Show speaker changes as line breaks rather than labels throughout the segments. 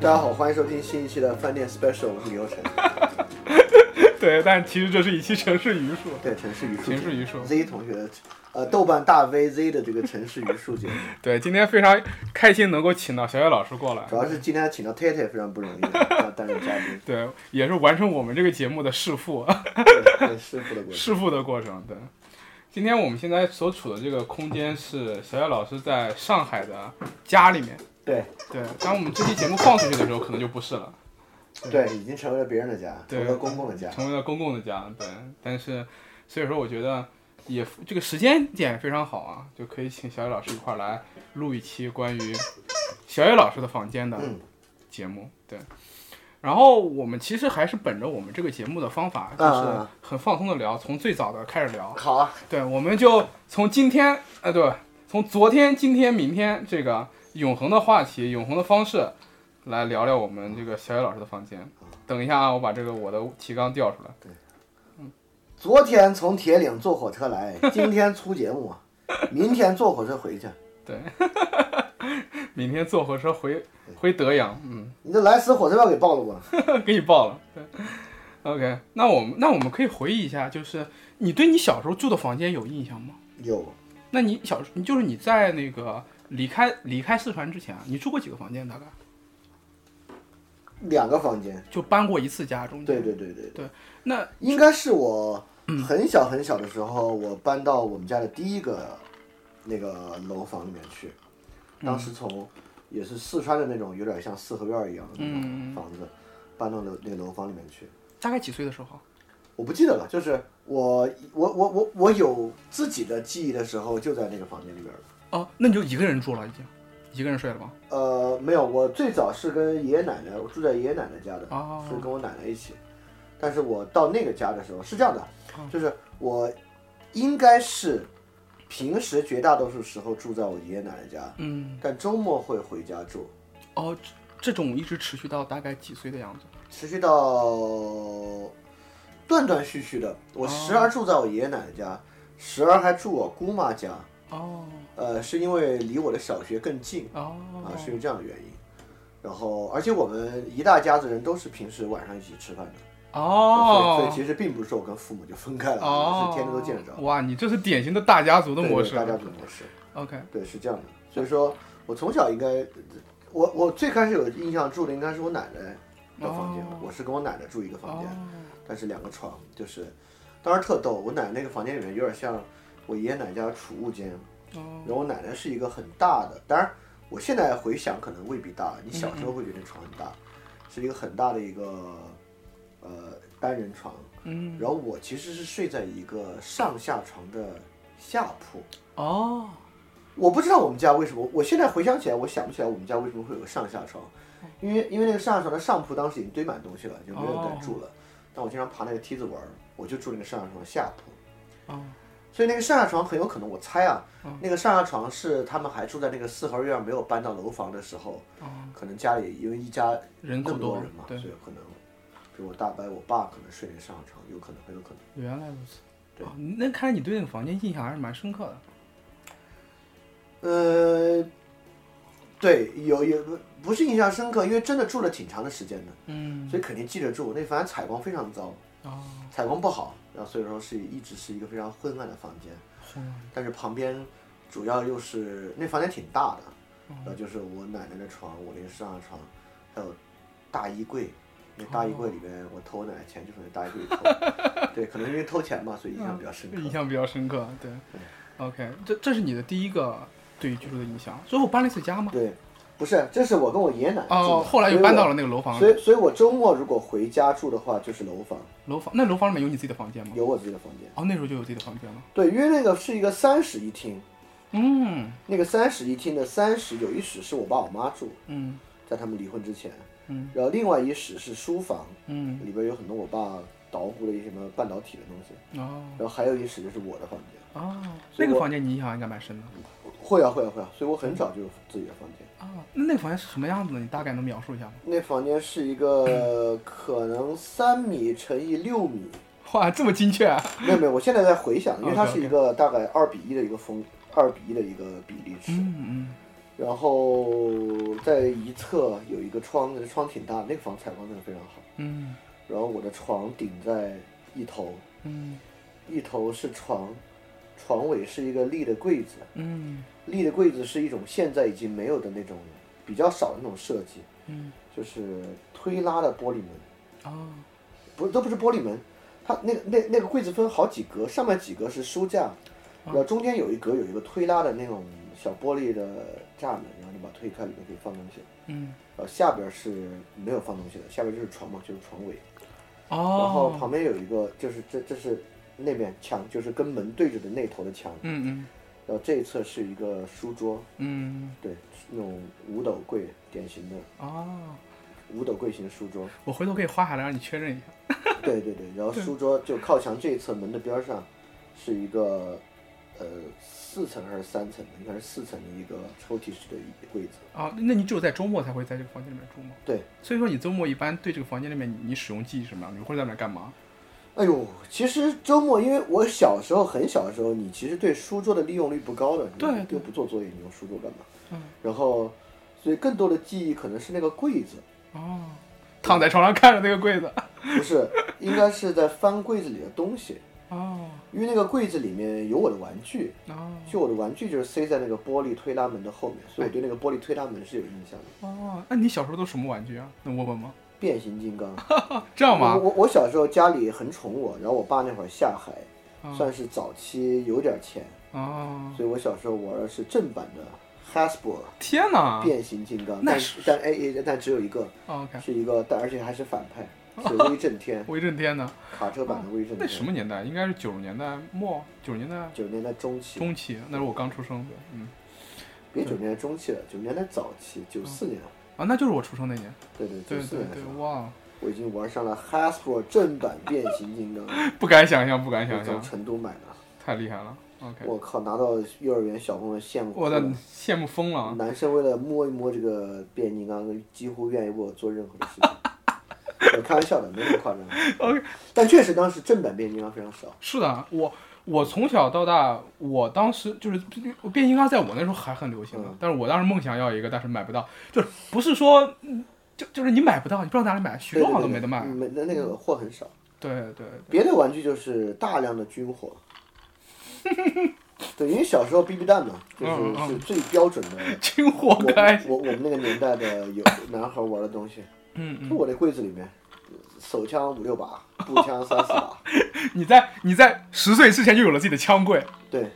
大家好，欢迎收听新一期的饭店 special，我是刘晨。
对，但其实这是一期城市榆树。
对，城市榆树节目，
城市榆树
Z 同学，呃，豆瓣大 V Z 的这个城市榆树 节目，
对，今天非常开心能够请到小野老师过来
主，要是今天请到 t a t 非常不容易，要担任嘉宾，
对，也是完成我们这个节目的弑父
对很师傅的 过程。
弑父的过程。对，今天我们现在所处的这个空间是小野老师在上海的家里面。
对
对，当我们这期节目放出去的时候，可能就不是了，
对，已经成为了别人的家，成
对啊
为了公共的家。
成为了公共的家。对，但是所以说我觉得也这个时间点非常好啊，就可以请小野老师一块儿来录一期关于小野老师的房间的
嗯
节目。对。然后我们其实还是本着我们这个节目的方法，就
啊
是
啊
很放松的聊，从最早的开始聊。
好啊，
对，我们就从今天，呃，对，从昨天、今天、明天这个永恒的话题、永恒的方式，来聊聊我们这个小野老师的房间。等一下啊，我把这个我的提纲调出来。
昨天从铁岭坐火车来，今天出节目，啊明天坐火车回去。
明天坐火车回回德阳，嗯，
你这来时火车票给报了吧？
给你报了。 对 OK，那我们那我们可以回忆一下，就是你对你小时候住的房间有印象吗？
有，
那你小时，你就是你在那个离开离开四川之前啊，你住过几个房间？大概
两个房间。
就搬过一次家，中间。
对对对对。
那
应该是我很小很小的时候，我搬到我们家的第一个那个楼房里面去。当时从也是四川的那种，有点像四合院儿一样的那种房子，搬到楼那个楼房里面去。
大概几岁的时候？
我不记得了，就是我我我我我有自己的记忆的时候，就在那个房间里边了。
哦，那你就一个人住了，已经一个人睡了吧？
呃，没有，我最早是跟爷爷奶奶，我住在爷爷奶奶家的，
哦
是跟我奶奶一起。但是我到那个家的时候是这样的，
哦
就是我应该是平时绝大多数时候住在我爷爷奶奶家，
嗯，
但周末会回家住，
哦，这这种一直持续到大概几岁的样子？
持续到断断续续的。我时
哦
而住在我爷爷奶奶家，时而还住我姑妈家。
哦
呃，是因为离我的小学更近，啊，
哦，
是因为这样的原因。然后，而且我们一大家子人都是平时晚上一起吃饭的，所以所以
哦
其实并不是说我跟父母就分开了，
哦，
是天天都见得着，
哇，你这是典型的大家族的
对
模
对
式。啊
大家族模式，
OK，
对，是这样的。所以说我从小应该，我我最开始有印象住的应该是我奶奶的房间，
哦
我是跟我奶奶住一个房间，
哦
但是两个床，就是当时特逗，我奶奶那个房间里面有点像我爷爷奶奶家的储物间，
哦
然后我奶奶是一个很大的，当然我现在回想可能未必大，你小时候会觉得床很大，
嗯
是一个很大的一个呃单人床。
嗯
然后我其实是睡在一个上下床的下铺，
哦
我不知道我们家为什么，我现在回想起来，我想不起来我们家为什么会有个上下床，
嗯
因为因为那个上下床的上铺当时已经堆满东西了，就没有
哦
人敢住了。但我经常爬那个梯子玩儿，我就住那个上下床的下铺。
哦
所以那个上下床很有可能，我猜啊，
嗯
那个上下床是他们还住在那个四合院没有搬到楼房的时候，可能家里因为一家
哦人口
那么呃多
多
人嘛，所
对
以可能，比如我大伯、我爸可能睡那个上下床，有可能，很有可能。
原来如此。对、哦，那看来你对那个房间印象还是蛮深刻的。
呃，对，有有不不是印象深刻，因为真的住了挺长的时间的，
嗯，
所以肯定记得住。那反正采光非常糟，
哦，
采光不好，然后所以说是一直是一个非常昏暗的房间。
昏暗
但是旁边主要又是那房间挺大的，
嗯
然后就是我奶奶的床，我那个上下床，还有大衣柜。那大衣柜
哦
里面，我偷我奶奶钱就从那大衣柜里偷，对，可能因为偷钱嘛，所以印象比较深刻。
印象比较深刻。对，OK，这这是你的第一个对于居住的印象。最后搬了一次家吗？
对，不是，这是我跟我爷爷奶奶住的
嗯哦，后来又
所以
搬
我
到了那个楼房
所。以，所以我周末如果回家住的话，就是楼房，
楼房那楼房里面有你自己的房间吗？
有我自己的房间。
哦，那时候就有自己的房间了。
对，因为那个是一个三室一厅，
嗯
那个三室一厅的三室有一室是我爸我妈住，
嗯
在他们离婚之前，
嗯，
然后另外一室是书房，
嗯，
里边有很多我爸捣鼓的一些什么半导体的东西，
哦
然后还有一室就是我的房间。
哦，
所以
那个
我
房间你印象应该蛮深的。
会啊会啊会啊，所以我很早就有自己的房间。
啊，那那个房间是什么样子的？你大概能描述一下吗？
那房间是一 个可能三米乘以六米，
哇，这么精确、啊！
没有没有，我现在在回想，因为它
OK，OK
是一个大概二比一的一个风，二比一的一个比例尺。
嗯嗯，
然后在一侧有一个窗，窗挺大，那个房采光真的非常好。
嗯
然后我的床顶在一头，
嗯
一头是床，床尾是一个立的柜子，
嗯
立的柜子是一种现在已经没有的那种比较少的那种设计，
嗯
就是推拉的玻璃门，
哦
不是都不是玻璃门，它那个那那个柜子分好几格，上面几格是书架，然后中间有一格有一个推拉的那种小玻璃的栅门，然后你把它推开里面可以放东西，
嗯
然后下边是没有放东西的，下边就是床嘛，就是床尾。然后
哦
旁边有一个，就是这这是那面墙，就是跟门对着的那头的墙。
嗯
然后这一侧是一个书桌，
嗯嗯
对，是那种五斗柜，典型的
哦，
五斗柜型书桌。
我回头可以画下来让你确认一下。
对对对，然后书桌就靠墙这一侧门的边儿上，是一个呃四层还是三层的，应该是四层的一个抽屉式的一柜子。
哦，那你只有在周末才会在这个房间里面住吗？
对，
所以说你周末一般对这个房间里面你使用记忆是什么样的？你会在里面干嘛？
哎呦，其实周末，因为我小时候很小的时候，你其实对书桌的利用率不高的，你
对
又
对
不做作业，你用书桌干嘛？
嗯，
然后，所以更多的记忆可能是那个柜 子，
哦，躺在床上看着那个柜子。
不是，应该是在翻柜子里的东西，
哦
因为那个柜子里面有我的玩具，
哦
就我的玩具就是塞在那个玻璃推拉门的后面，所以
哎
我对那个玻璃推拉门是有印象的。
哦，那你小时候都什么玩具啊？能问问吗？
变形金刚，
这样
我
吗？
我我小时候家里很宠我，然后我爸那会儿下海，
啊
算是早期有点钱，
哦，
所以我小时候玩的是正版的 Hasbro
天哪
变形金刚，
啊那
但
是
但哎哎但只有一个，
哦！OK，
是一个，但而且还是反派，是威震天
威震天呢？
卡车版的威震
那什
天，
么年代？应该是九十年代末，九十年代
九十年代中期，
中期，那时候我刚出生。对，嗯，
别九十年代中期了，九十年代早期，九四年，
啊，那就是我出生那年。
对对，
对
九四
对
年的
对
时，候，
哇，
我已经玩上了 Hasbro 正版变形金刚，
不敢想象，不敢
我
想
从
象，
成都买的，
太厉害了。OK，
我靠，拿到幼儿园小朋友羡慕哭
我的
了。
羡慕疯了啊。
男生为了摸一摸这个变形金刚，几乎愿意为我做任何的事 情。我开玩笑的，没那么夸张。
OK
但确实当时正版变形金刚非常少。
是的，我我从小到大，我当时就是变形金刚，在我那时候还很流行的，
嗯
但是我当时梦想要一个，但是买不到，就是不是说，嗯就就是你买不到，你不知道哪里买，许
对
多
对
好像
对
都没得卖。
嗯没那那个货很少。
对对对
别的玩具就是大量的军火。对，因为小时候 BB 弹嘛，就
嗯嗯
是是最标准的。
军火
我
开，
我我们那个年代的有男孩玩的东西，
嗯
就
嗯，
我那柜子里面，手枪五六把，步枪三四把，
你在你在十岁之前就有了自己的枪柜，
对，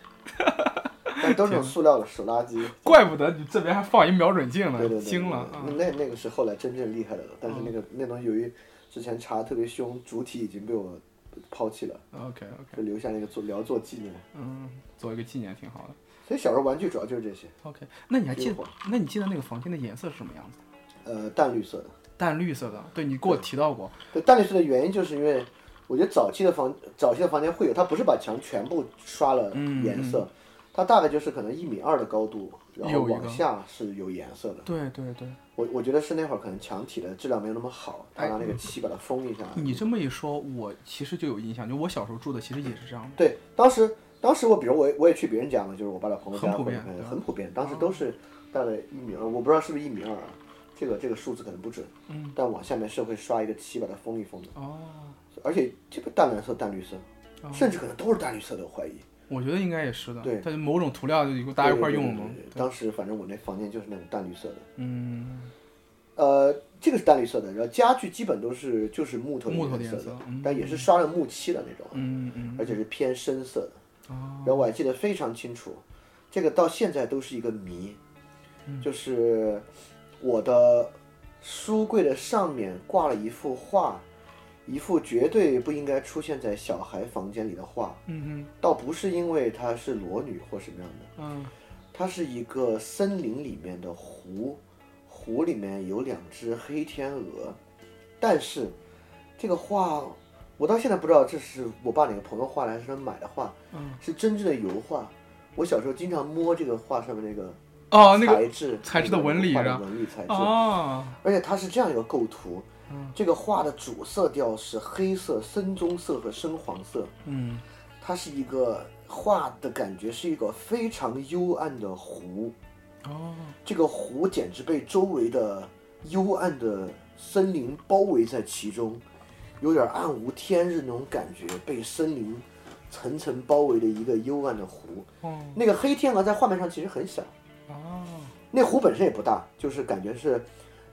但都是那种塑料的手拉机。
怪不得你这边还放一瞄准镜呢，
对对对，
惊了
对
啊！嗯
对对那那个是后来真正厉害的了，但是那个那东西由于之前查得特别凶，主体已经被我抛弃了，
OK OK，
就留下那个做聊做纪念。
嗯，做一个纪念挺好的。
所以小时候玩具主要就是这些，
OK，那你还记得
军火？
那你记得那个房间的颜色是什么样子？
呃，淡绿色的。
淡绿色的，对你给我提到过。
对，淡绿色的原因就是因为我觉得早期的房早期的房间会有，它不是把墙全部刷了
嗯
颜色，它大概就是可能一米二的高度，然后
有一个
往下是有颜色的。
对对对，
我我觉得是那会儿可能墙体的质量没有那么好，
哎
它拿那个漆把它封一下。
你这么一说，我其实就有印象，就我小时候住的其实也是这样的。
对，当时当时我比如我也我也去别人家嘛，就是我爸的朋友家
很普
或者
遍嗯哦
朋友
对
很普遍，当时都是大概一米二，我不知道是不是一米二啊，这个这个数字可能不准，嗯，但往下面是会刷一个漆把它封一封的，
哦，
而且这个淡蓝色、淡绿色，甚至可能都是淡绿色的，我怀疑。
我觉得应该也是的。
对
它就某种涂料就一个大家一块儿用了
对
嘛
对对。对对当时反正我那房间就是那种淡绿色的，
嗯，
呃，这个是淡绿色的，然后家具基本都是就是木头
木头的
颜
颜
色
色
的，
嗯
但也是刷了木漆的那种，
嗯嗯
而且是偏深色的。
哦，
然后我还记得非常清楚，这个到现在都是一个谜，
嗯
就是我的书柜的上面挂了一幅画，一幅绝对不应该出现在小孩房间里的画，
嗯
倒不是因为她是裸女或什么样的，
嗯嗯，
它是一个森林里面的湖，湖里面有两只黑天鹅，但是这个画我到现在不知道这是我爸哪个朋友画的还是他买的画，
嗯
是真正的油画。我小时候经常摸这个画上面那个
哦那个
材质，
材质的纹理
画
是
的
吧
纹理材质，
哦，嗯
而且它是这样一个构图。这个画的主色调是黑色、深棕色和深黄色。
嗯
它是一个画的感觉，是一个非常幽暗的湖，
哦，
这个湖简直被周围的幽暗的森林包围在其中，有点暗无天日那种感觉，被森林层层包围的一个幽暗的湖。
哦，
那个黑天鹅在画面上其实很小，
哦，
那湖本身也不大，就是感觉是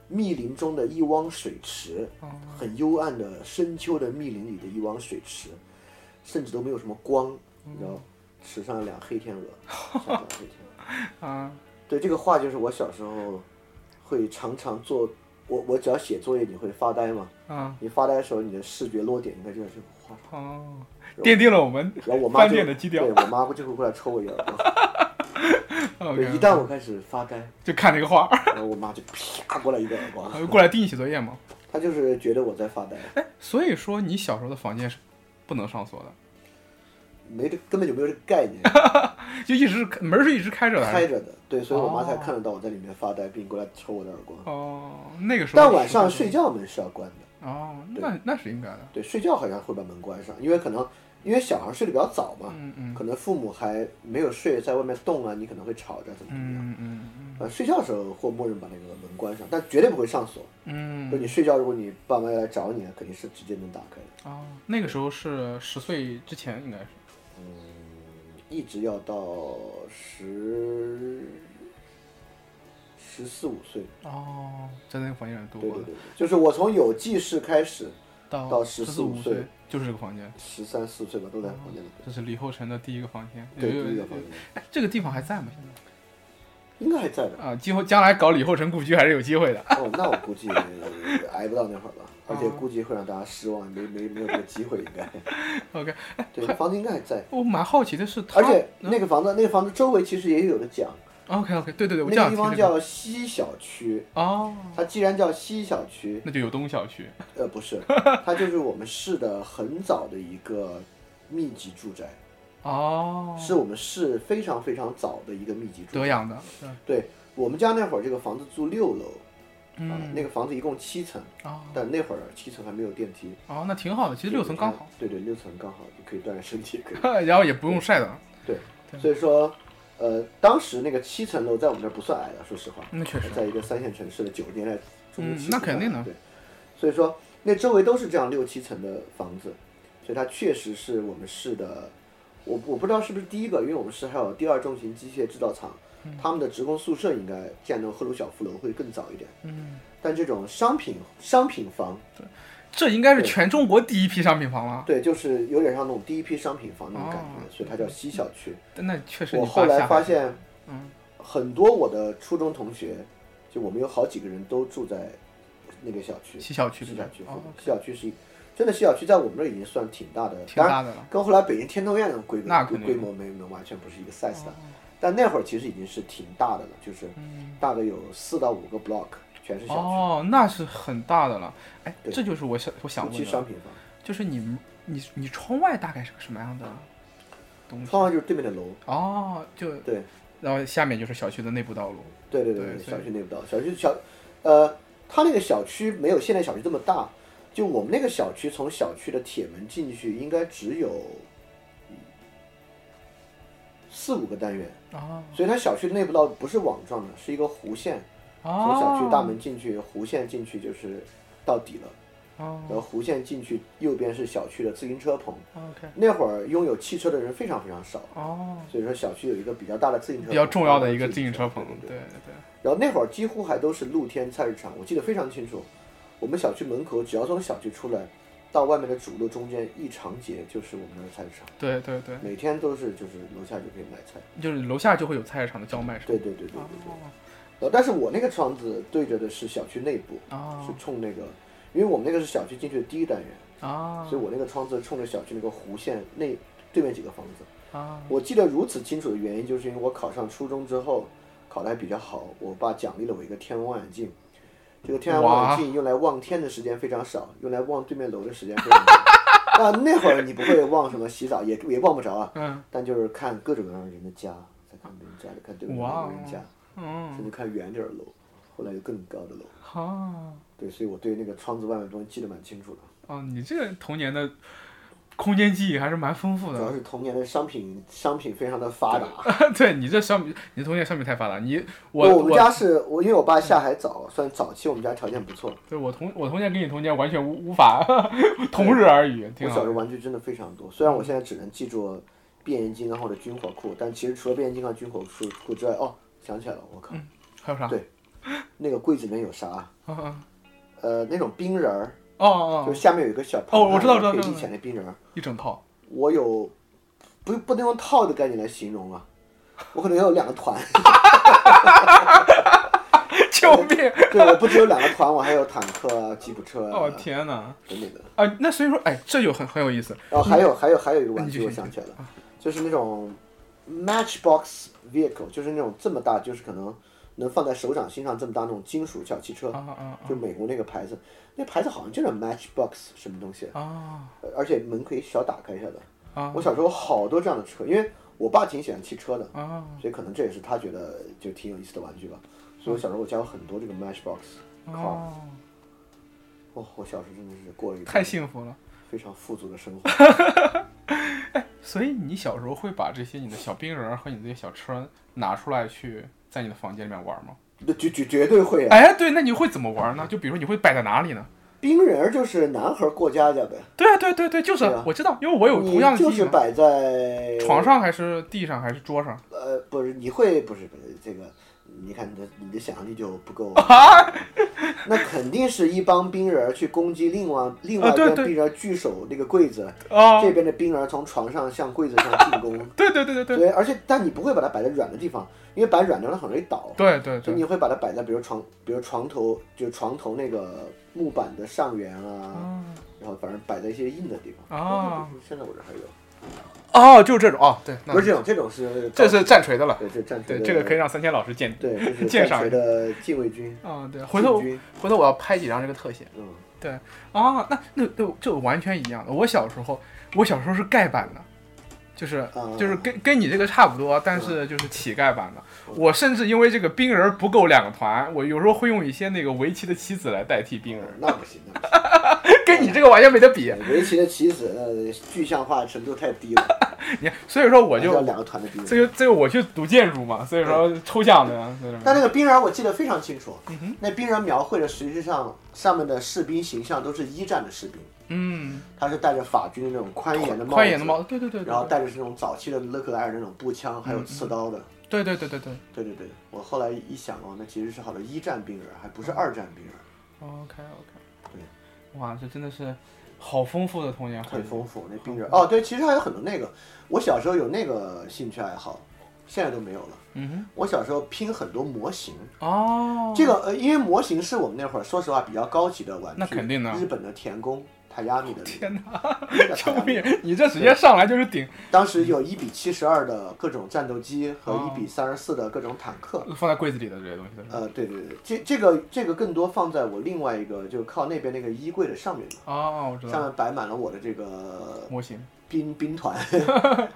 密林中的一汪水池，
哦
很幽暗的深秋的密林里的一汪水池，甚至都没有什么光，你
嗯
知道，池上有两黑 天鹅，上两黑天鹅。
啊，
对，这个画就是我小时候会常常做，我我只要写作业你会发呆嘛，
啊，
你发呆的时候你的视觉落点应该就是这个画，
哦，奠定了我们
然后我妈
饭
就
店的基调
对。我妈就会过来抽我一耳 光，对，一
OK，
旦我开始发呆，
就看这个画，
然后我妈就啪过来一个耳光。
过来盯你写作业嘛。
他就是觉得我在发呆，
哎，所以说你小时候的房间是不能上锁的，
没这根本就没有这个概 念，
就一直是门是一直开着的还
开
是。
着的，对，所以我妈才
哦
看得到我在里面发呆，并过来抽我的耳光。
哦，那个时候。
但晚上睡。觉门是要关的，
哦，那那是应该的。
对，睡觉好像会把门关上，因为可能因为小孩睡得比较早嘛，
嗯嗯
可能父母还没有睡，在外面动啊，你可能会吵着怎么怎么样。
嗯嗯
呃，睡觉的时候或默认把那个门关上，但绝对不会上锁。
嗯
就
嗯。
你睡觉，如果你爸妈要来找你，肯定是直接能打开的。
哦，那个时候是十岁之前应该是。
一直要到十十四五岁，
哦，在那个房间里度
对
过
对
的，
对，就是我从有记事开始，
到
到
十
14
四五
五岁
岁就是这个房间，
十三四岁吧，都在房间里。
这是李后成的第一个房间。
对，
有
第一个房间
哎，这个地方还在吗？现在
应该还在的。
啊，今后将来搞李后成故居还是有机会的。
哦，那我估计 挨不到那会
啊
儿吧，而且估计会让大家失望，没没没有这个机会应 该。
OK，
对，房子应该还在，
我蛮好奇的是他，嗯
而且那个房子，那个房子周围其实也有的讲，
OK OK，对对对，我
那
这样
个地
听
方
这个
叫西小区。
哦，
它既然叫西小区，
那就有东小区
呃，不 是，它就是我们市的很早的一个密集住宅，
哦，
是我们市非常非常早的一个密集住宅。
德阳的，对
对我们家那会儿，这个房子住六楼，啊
嗯，
那个房子一共七层，
哦
但那会儿七层还没有电梯，
哦，那挺好的，其实六层刚好，
对对，六层刚好，你可以锻炼身体， 可以。
然后也不用晒的，
对，所以说，呃，当时那个七层楼在我们这儿不算矮了，说实话，
那确实，
在一个三线城市的九十年代中
嗯
期、
那肯定的
对，所以说那周围都是这样六七层的房子，所以它确实是我们市的，我我不知道是不是第一个，因为我们市还有第二重型机械制造厂，
嗯
他们的职工宿舍应该建到赫鲁晓夫楼会更早一点，
嗯，
但这种商品商品房，
这应该是全中国第一批商品房了。
对，就是有点像那种第一批商品房那种感觉，
啊哦
所以它叫西小区。
但那确实，
我
你
后
爸
来
下
发现，
嗯，
很多我的初中同学，就我们有好几个人都住在那个小区，
西小区
西
里
小
边
区，附
哦
近，西小区是一真的西小区，在我们这儿已经算挺大的，
挺
当然
大的了，
跟后来北京天通苑那种规
那
模
肯定哦
规模没没完全不是一个 size 的，但那会儿其实已经是挺大的了，就是大概有四到五个 block，全是小
嗯哦，那是很大的了。哎，
对
这就是我想我
区，
想
尤其
问
商
的，
品房，
就是你们你你窗外大概是个什么样的东西？
窗外就是对面的楼，
哦，就
对
然后下面就是小区的内部道路。
对对
对
对，
所以
小区内部道，小区小，呃，它那个小区没有现在小区这么大，就我们那个小区从小区的铁门进去应该只有嗯四五个单元，
哦
所以它小区内部道不是网状的，是一个弧线，从
哦，
小区大门进去，弧线进去就是到底了，
哦
然后弧线进去右边是小区的自行车棚，
，OK，
那会儿拥有汽车的人非常非常少。
哦，
所以说，小区有一个比较大的自行车棚，
比较重要的一个自行车棚
对对，对
对对对，
然后那会儿几乎还都是露天菜市场，我记得非常清楚。我们小区门口，只要从小区出来，到外面的主路中间一长截就是我们那儿的菜市场，
对对对，
每天都是就是楼下就可以买菜。
就是楼下就会有菜市场的叫卖声。
对对对对对对。
哦
呃，但是我那个窗子对着的是小区内部，是
哦
冲那个，因为我们那个是小区进去的第一单元，
啊
所以我那个窗子冲着小区那个弧线那对面几个房子。
啊
我记得如此清楚的原因，就是因为我考上初中之后，考得还比较好，我爸奖励了我一个天文望远镜。这个天文望远镜用来望天的时间非常少，用来望对面楼的时间非常多。啊，那会儿你不会望什么洗澡，也也望不着啊，
嗯
但就是看各种各样的人的家，在看别人家里，看对面
哇
那
哦
个人家，
嗯
甚至看远点儿的楼，后来有更高的楼。
好
对，所以我对那个窗子外面的东西记得蛮清楚的。
哦，你这个童年的空间记忆还是蛮丰富
主要
的。
是童年的商品商品非常的发达。
对你这小米，你童年商品太发达，你我
我们家是我因为我爸下海早，算早期我们家条件不错。
对我童我童年跟你童年完全无无法同日而语，
我
挺
小
好
时。候玩具真的非常多，虽然我现在只能记住变形金刚或者军火库，但其实除了变形金刚、军火库库之外，哦，想起来了，我靠，
嗯还有啥？
对那个柜子里面有啥？
啊啊
呃，那种冰人儿，
哦哦
就
哦，
是下面有一个小
哦我知道
盘
知道
可
知
以
道
立起来的冰人儿，
一整套。
我有，不不能用套的概念来形容啊，我可能有两个团，
救命！
对，我不只有两个团，我还有坦克啊、吉普车
哦
啊
天哪！
等等的。
啊，那所以说，哎，这就很很有意思。
然后哦还有还有还有一个玩
嗯
具，
你
我
继续
想起来了，就是那种 Matchbox vehicle，就是那种这么大，就是可能能放在手掌心上这么大那种金属小汽车
啊，啊
就美国那个牌子，那牌子好像就叫 Matchbox 什么东西，
啊啊
呃而且门可以小打开一下的。
啊
我小时候好多这样的车，因为我爸挺喜欢汽车的，
啊！
所以可能这也是他觉得就挺有意思的玩具吧。所以我小时候我家有很多这个 Matchbox car。
哦，
哦，我小时候真的是过了一
太
个
幸福了。
非常富足的生活。
所以你小时候会把这些你的小冰人儿和你这些小车拿出来去在你的房间里面玩吗？
那绝绝绝对会啊！
哎，对，那你会怎么玩呢？就比如说你会摆在哪里呢？
冰人儿就是男孩儿过家家呗，
对啊，对对对，就是、
对啊
我知道，因为我有同样
你
的
就
记忆
是
嘛。
摆在
床，上还是地上还是桌上？
呃，不是，你会不是不是这个，你看你的你的想象力就不 够，
啊
那肯定是一帮冰人儿去攻击另外另外一
啊对
边
对
冰人儿据守那个柜子，
啊，
这边的冰人儿从床上向柜子上进攻，
对对对对对
对，而且但你不会把它摆在软的地方，因为摆软的它很容易倒，
对对
所以
对，
你会把它摆在比如床，比如床头，就床头那个木板的上缘啊，
嗯
然后反正摆在一些硬的地方
啊，
现在我这还有。
哦，就是这种哦，对，那
不是这种，这种是
这是战锤的了，
对这战锤
对，
的，
这个可以让三千老师鉴定。
对，这是
鉴
战
赏
锤的禁卫军，
啊，对，回头
禁军，
回头我要拍几张这个特写
嗯，
啊，那那那这完全一样的。我小时候，我小时候是盖板的，就是
啊嗯
就是跟跟你这个差不多，但是就是乞丐版的。我甚至因为这个冰人儿不够两个团，我有时候会用一些那个围棋的棋子来代替冰 人儿，
那不行，那不行
跟你这个完全没得比。，
围棋的棋子呃具象化程度太低了，
你看，所以说我
还是要
就
两个团的兵
这
人。
个这个我去读建筑嘛，所以说抽象的，所以
嗯但那
说
个兵人我记得非常清楚
嗯哼，
那兵人描绘的实际上上面的士兵形象都是一战的士兵，
嗯，
他是戴着法军那种宽檐的帽子，
宽檐的帽子，对对对，对
然后戴着这种早期的勒克莱尔那种步枪，还有刺刀的。
对对对对对
对对对，我后来一想哦，那其实是好的一战兵人，还不是二战兵人，
，OK OK，哇，这真的是好丰富的童年回
很
忆。
丰富，那冰人哦，对，其实还有很多那个，我小时候有那个兴趣爱好，现在都没有了。
嗯
我小时候拼很多模型，
哼，哦，
这个呃，因为模型是我们那会儿说实话比较高级的玩具，
那肯定的
日本的田宫塔亚米的那个，
天哪，
那个 塔
救
亚米
命！你这直接上来就是顶，
当时有一比七十二的各种战斗机和
哦
一比三十四的各种坦克。
放在柜子里的这些东西都是。
呃，对对对，这这个这个更多放在我另外一个，就靠那边那个衣柜的上面嘛，
哦，我知道
上
了，
面摆满了我的这个
模型，
兵兵团，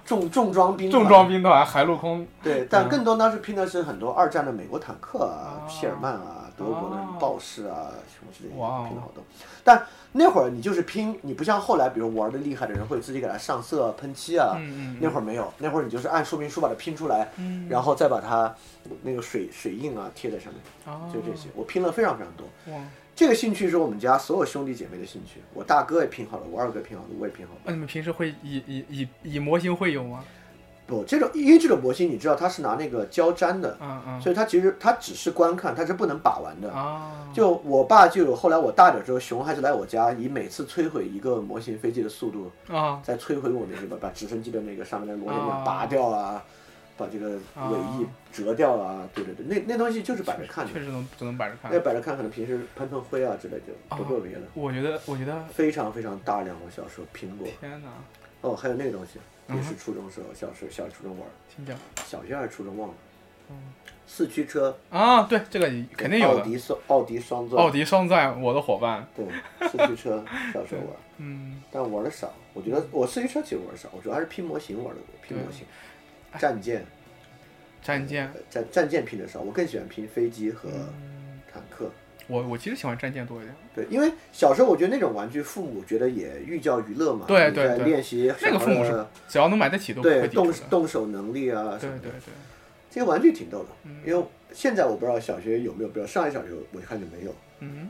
重重装兵团
重装兵团、海陆空，
对，但更多当时拼的是很多二战的美国坦克啊、
哦
皮尔曼啊、德国的什么豹式啊什么之类的，
哇哦
拼了好多。但那会儿你就是拼，你不像后来，比如玩的厉害的人会自己给它上色、喷漆啊。
嗯嗯
那会儿没有，那会儿你就是按说明书把它拼出来，
嗯，
然后再把它那个水水印啊贴在上面，
哦
就这些。我拼了非常非常多。
哇，
这个兴趣是我们家所有兄弟姐妹的兴趣，我大哥也拼好了，我二哥拼好了，我也拼好了。
那你们平时会以以以以模型会友吗？
不，这种因为这种模型你知道它是拿那个胶粘的，
嗯嗯
所以它其实它只是观看，它是不能把玩的。
啊，
就我爸就有，后来我大点之后，熊还是来我家，以每次摧毁一个模型飞机的速度，
啊
再摧毁我那个把把直升机的那个上面的螺旋桨
啊
拔掉啊，把这个
哦
尾翼折掉啊，对对对，那那东西就是摆着看
确
的，
实哦能只能摆着看
那。摆着看可能平时喷喷灰啊之类就不做别的，
我觉得，我觉得，
非常非常大量，我小时候拼过。
天哪，
哦，还有那个东西，
嗯
也是初中时候，小时候小初中玩，
请讲
小学还是初中忘了
嗯，
四驱车
啊！对，这个肯定有
奥
的。
迪双奥迪双钻，
奥迪双钻，我的伙伴，
对，四驱车小时候 玩。
嗯，
但玩的少。我觉得我四驱车其实玩的少，我主要还是拼模型玩的多，拼模型。
哎
战舰，
战舰嗯
呃，战战舰拼的少，我更喜欢拼飞机和坦克。
我我其实喜欢战舰多一点，
对，因为小时候我觉得那种玩具，父母觉得也寓教于乐嘛，
对
你
对
在
对
练习
那个
小
父母
孩
是
的
只要能买得起都不
对
会抵
动
触的。
动手能力啊什
对
么的
对，对，
这些玩具挺逗的。
嗯
因为现在我不知道小学有没有，比如上一小学我看就没有。
嗯，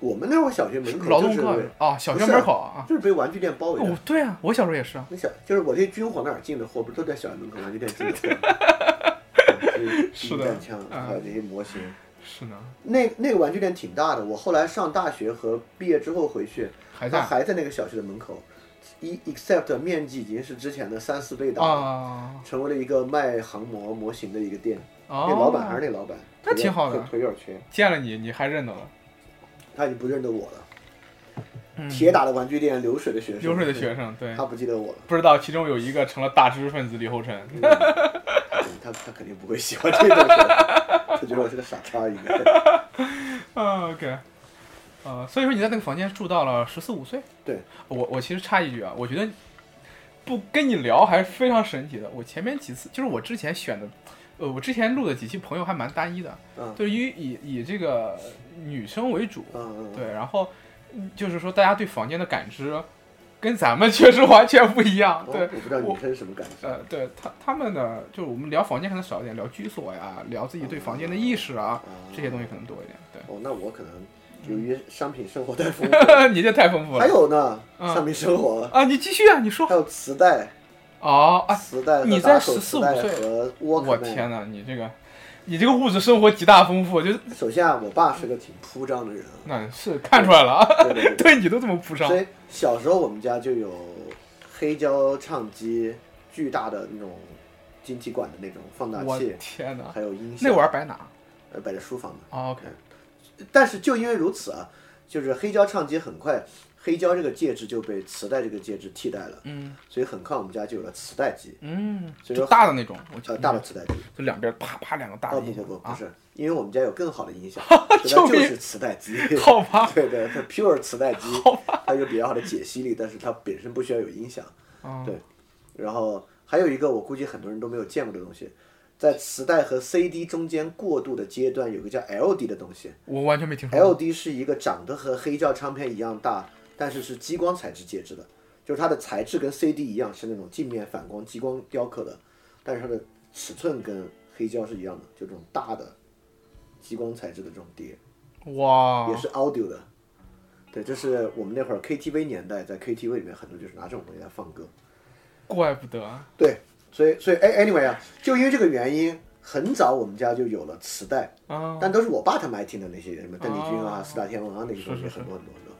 我们那会儿小学门口
劳
就
动
是
课啊，小
不
学
是
门口啊，
就是被玩具店包围
哦
的。，
对啊，我小时候也是啊，
那小就是我去军火那儿进的货，不是都在小学门口玩具店进的货？ 嗯就是
是的
弹枪
啊
还有那些模型，
是呢，
那那个玩具店挺大的。我后来上大学和毕业之后回去，
还
它
在
还在那个小区的门口，一 except 面积已经是之前的三四倍大了，
啊
成为了一个卖航模模型的一个店。
啊
那，老板还是那老板，
那挺好的
腿有点瘸，
见了你你还认得了，
他已经不认得我了。
嗯
铁打的玩具店，流水的学生，
流水的学生，对，
他不记得我了。
不知道其中有一个成了大知识分子李厚辰，
嗯他他肯定不会喜欢这 种人，他觉得我是个傻叉应该。
啊，OK，呃，所以说你在那个房间住到了十四五岁。
对，
我我其实插一句啊，我觉得不跟你聊还是非常神奇的。我前面几次就是我之前选的，呃，我之前录的几期朋友还蛮单一的，
嗯
对于以以这个女生为主，
嗯嗯，
对，然后嗯就是说大家对房间的感知跟咱们确实完全不一样，
哦
对。
我不知道女生什么感觉。
呃，对他他们呢，就是我们聊房间可能少一点，聊居所呀，聊自己对房间的意识啊，
哦
这些东西可能多一点。对，
哦，那我可能由于商品生活太丰富，
你这太丰富了。
还有呢，
嗯
商品生活
啊，你继续啊，你说
还。有磁带，
哦，哎，
磁带和
你在
打手
14
磁带
15岁
和沃克
我
曼
天哪，你这个，你这个物质生活极大丰富，就是
首先啊，我爸是个挺铺张的人啊，
那是看出来了啊，
对对对，
对你都这么铺 张
所以小时候我们家就有黑胶唱机，巨大的那种晶体管的那种放大
我
器，
天哪，
还有音
那
响，
玩意儿白拿。
呃，摆在书房的。
哦 OK，
但是就因为如此啊，就是黑胶唱机很快，黑胶这个介质就被磁带这个介质替代了，
嗯
所以很快我们家就有了磁带机，
嗯，
所以
就
说
大的那种，我记
呃，
得
大的磁带机。
就两边啪啪两个大
哦
的
不
音
不
响
不不
啊，
是，因为我们家有更好的 音响，所以它
救
就
命啊
是磁带 机。
好吧，
对对，它 pure 磁带机，它有比较好的解析力，但是它本身不需要有音响。
嗯
对，然后还有一个我估计很多人都没有见过的东西，在磁带和 CD 中间过渡的阶段，有个叫 LD 的东西。
我完全没听说过。
LD 是一个长得和黑胶唱片一样大，但是是激光材质介质的，就是它的材质跟 CD 一样，是那种镜面反光激光雕刻的，但是它的尺寸跟黑胶是一样的，就这种大的激光材质的这种碟，
哇
也，是 audio 的。对，这是我们那会儿 KTV 年代，在 KTV 里面很多就是拿这种东西来放歌。
怪不得。
对，所以所以哎，anyway 啊，就因为这个原因，很早我们家就有了磁带，
啊，
但都是我爸他们爱听的那些什么邓丽君啊、
哦
四大天王啊那些东西，
是是是
很多很多很多。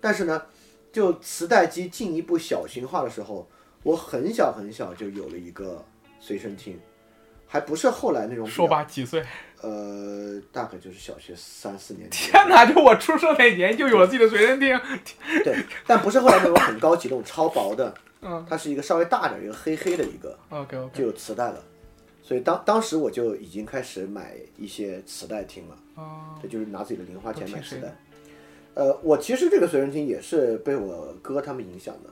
但是呢，就磁带机进一步小型化的时候，我很小很小就有了一个随身听，还不是后来那种比较
说吧，几岁？
呃，大概就是小学三四年级。
天哪！就我出生那年就有了自己的随身听。
对，但不是后来那种很高级那种超薄的，
嗯
它是一个稍微大点儿，一个黑黑的一个。
，OK OK，
就有磁带了，所以当当时我就已经开始买一些磁带听了，
啊，
这就是拿自己的零花钱
都
买
听
磁
谁的
带。呃，我其实这个随身听也是被我哥他们影响的，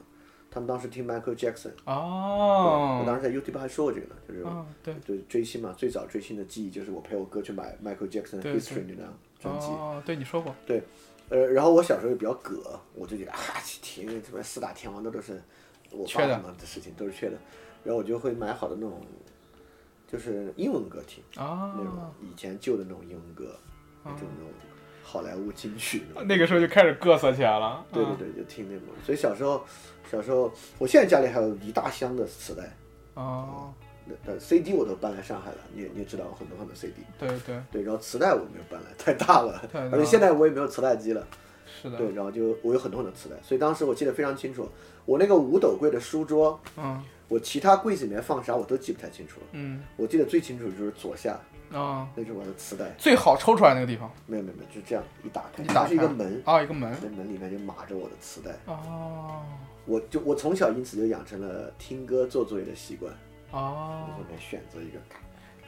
他们当时听 Michael Jackson，、我
哦，
当时在 YouTube 还说过这个呢，就是、
啊，对，
就是追星嘛，最早追星的记忆就是我陪我哥去买 Michael Jackson
对
History 那张专辑。
哦，对，你说过。
对，呃，然后我小时候也比较葛，我就觉得啊，听什么四大天王那都是我爸
缺的
他们的事情，都是缺的。然后我就会买好的那种，就是英文歌听，
啊
那，种以前旧的那种英文歌，
哦
就那种好莱坞金曲那种。
那个时候就开始嘚瑟起来了。啊
对对对，就听那种。所以小时候，小时候，我现在家里还有一大箱的磁带，
哦，
那那 CD 我都搬来上海了，你也你也知道，我很多很多 CD。
对对，
对，然后磁带我没有搬来，太大了
太大，了
而且现在我也没有磁带机了。
是的，
对，然后就我有很多很多磁带，所以当时我记得非常清楚，我那个五斗柜的书桌，
嗯
我其他柜子里面放啥我都记不太清楚了。
嗯
我记得最清楚就是左下，
啊，
那是我的磁带，
最好抽出来那个地方
没有没有没有，就这样一打开，
一打
它是一个
开
门，
啊，一个门。
那门里面就码着我的磁带，
哦
我就我从小因此就养成了听歌做作业的习惯，我
哦
后，面选择一个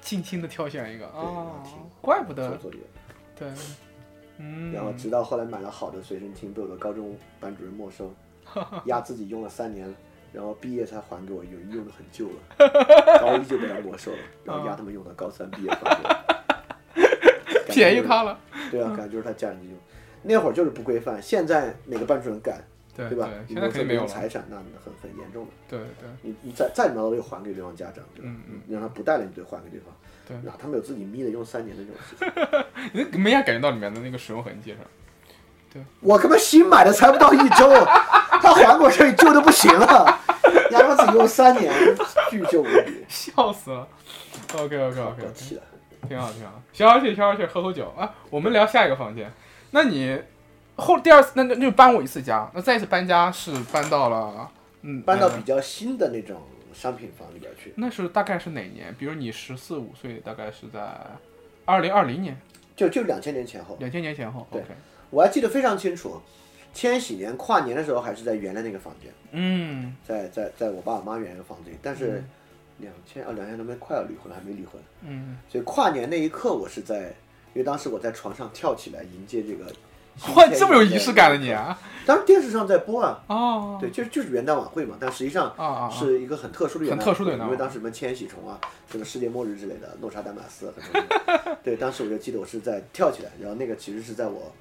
精心的挑选一个
对，然后
啊
听，，
怪不
做
得
作业，
对，嗯，
然后直到后来买了好的随身听，被我的高中班主任没 收，压自己用了三年，然后毕业才还给我，因为用的很旧了， 高一就
哦
被他没收了，然后压他们用到高三毕业还给我，
便宜他了。
对啊，感觉就是他家人用。那会儿就是不规范，现在哪个班主任敢，
对
吧？你
现在
没
肯定
分
没
别
有
人
了。
财产，那很很严重的。
对对，
你你再再拿到又还给对方家长，对吧？
嗯
你让他不带了，你就还给对方。
对
哪他们有自己眯的用三年的这种事情？
嗯，你没啥感觉到里面的那个使用痕迹上。
我他妈新买的，才不到一周， 他还过去旧的不行 了，你还让自己用三年，巨旧无比，
笑死了。OK OK OK，
我气的。
挺好挺好，消消气消消气，喝口酒啊。我们聊下一个房间。那你后第二次那那那就搬我一次家，那再一次搬家是搬到了嗯
搬到
哪
比较新的那种商品房里边去，
那是大概是哪年？比如你十四五岁，大概是在二零二零年，
就就两千年前后，
两千年前后。
对
OK，
我还记得非常清楚。千禧年跨年的时候还是在原来那个房间，
嗯，
在在在我爸我妈原来的房子里，但是两千啊两千多没快要离婚了，还没离婚，
嗯，
所以跨年那一刻我是在，因为当时我在床上跳起来迎接这个新
哇，
天
这么有
一
仪
天
式感的你啊！
当然电视上在播啊，
哦，
对，就就是元旦晚会嘛，但实际上
啊啊啊
是一个很特殊的元旦晚会，
很特殊的元旦晚
因
会
为当时什么千禧虫啊，什么世界末日之类的，诺查丹马斯啊很多的对，当时我就记得我是在跳起来，然后那个其实是在我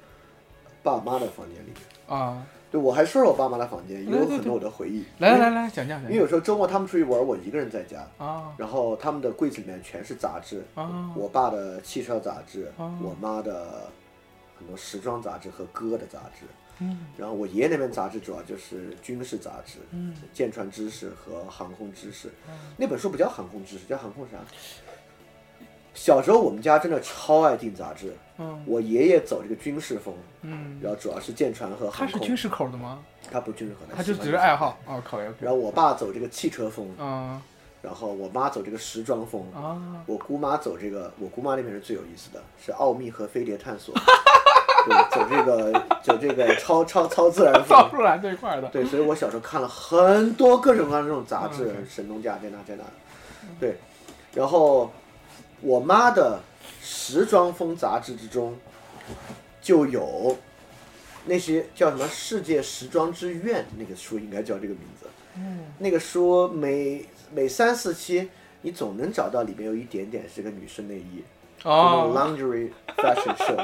爸妈的房间里面，
啊，
对我还说说我爸妈的房间，也有很多我的回忆，
来来来来，讲讲
因
讲
为有时候周末他们出去玩，我一个人在家。
啊
然后他们的柜子里面全是杂志，
啊
我爸的汽车杂志，
哦
我妈的很多时装杂志和歌的杂志，
嗯
然后我爷爷那边杂志主要就是军事杂志，
嗯，
舰船知识和航空知识。那本书不叫航空知识，叫航空啥？小时候我们家真的超爱订杂志，
嗯
我爷爷走这个军事风，
嗯，
然后主要是舰船和
他
航
是
空，
军事口的吗？
他不军事和
他就只
喜
是
欢
爱好。哦，考研。
然后我爸走这个汽车风，
啊
然后我妈走这个时装风，
啊，
我姑妈走这个，我姑妈那边是最有意思的，是奥秘和飞碟探索， 对，走这个走这个超超超自然风
造，出来这一块儿的。
对，所以我小时候看了很多各种各样的这种杂志，
嗯，OK
神农架在哪在哪，对，然后我妈的时装风杂志之中就有那些叫什么《世界时装之愿》那个书，应该叫这个名字。
嗯
那个书每每三四期，你总能找到里面有一点点是个女士内衣，就
哦，
那种 lingerie fashion show，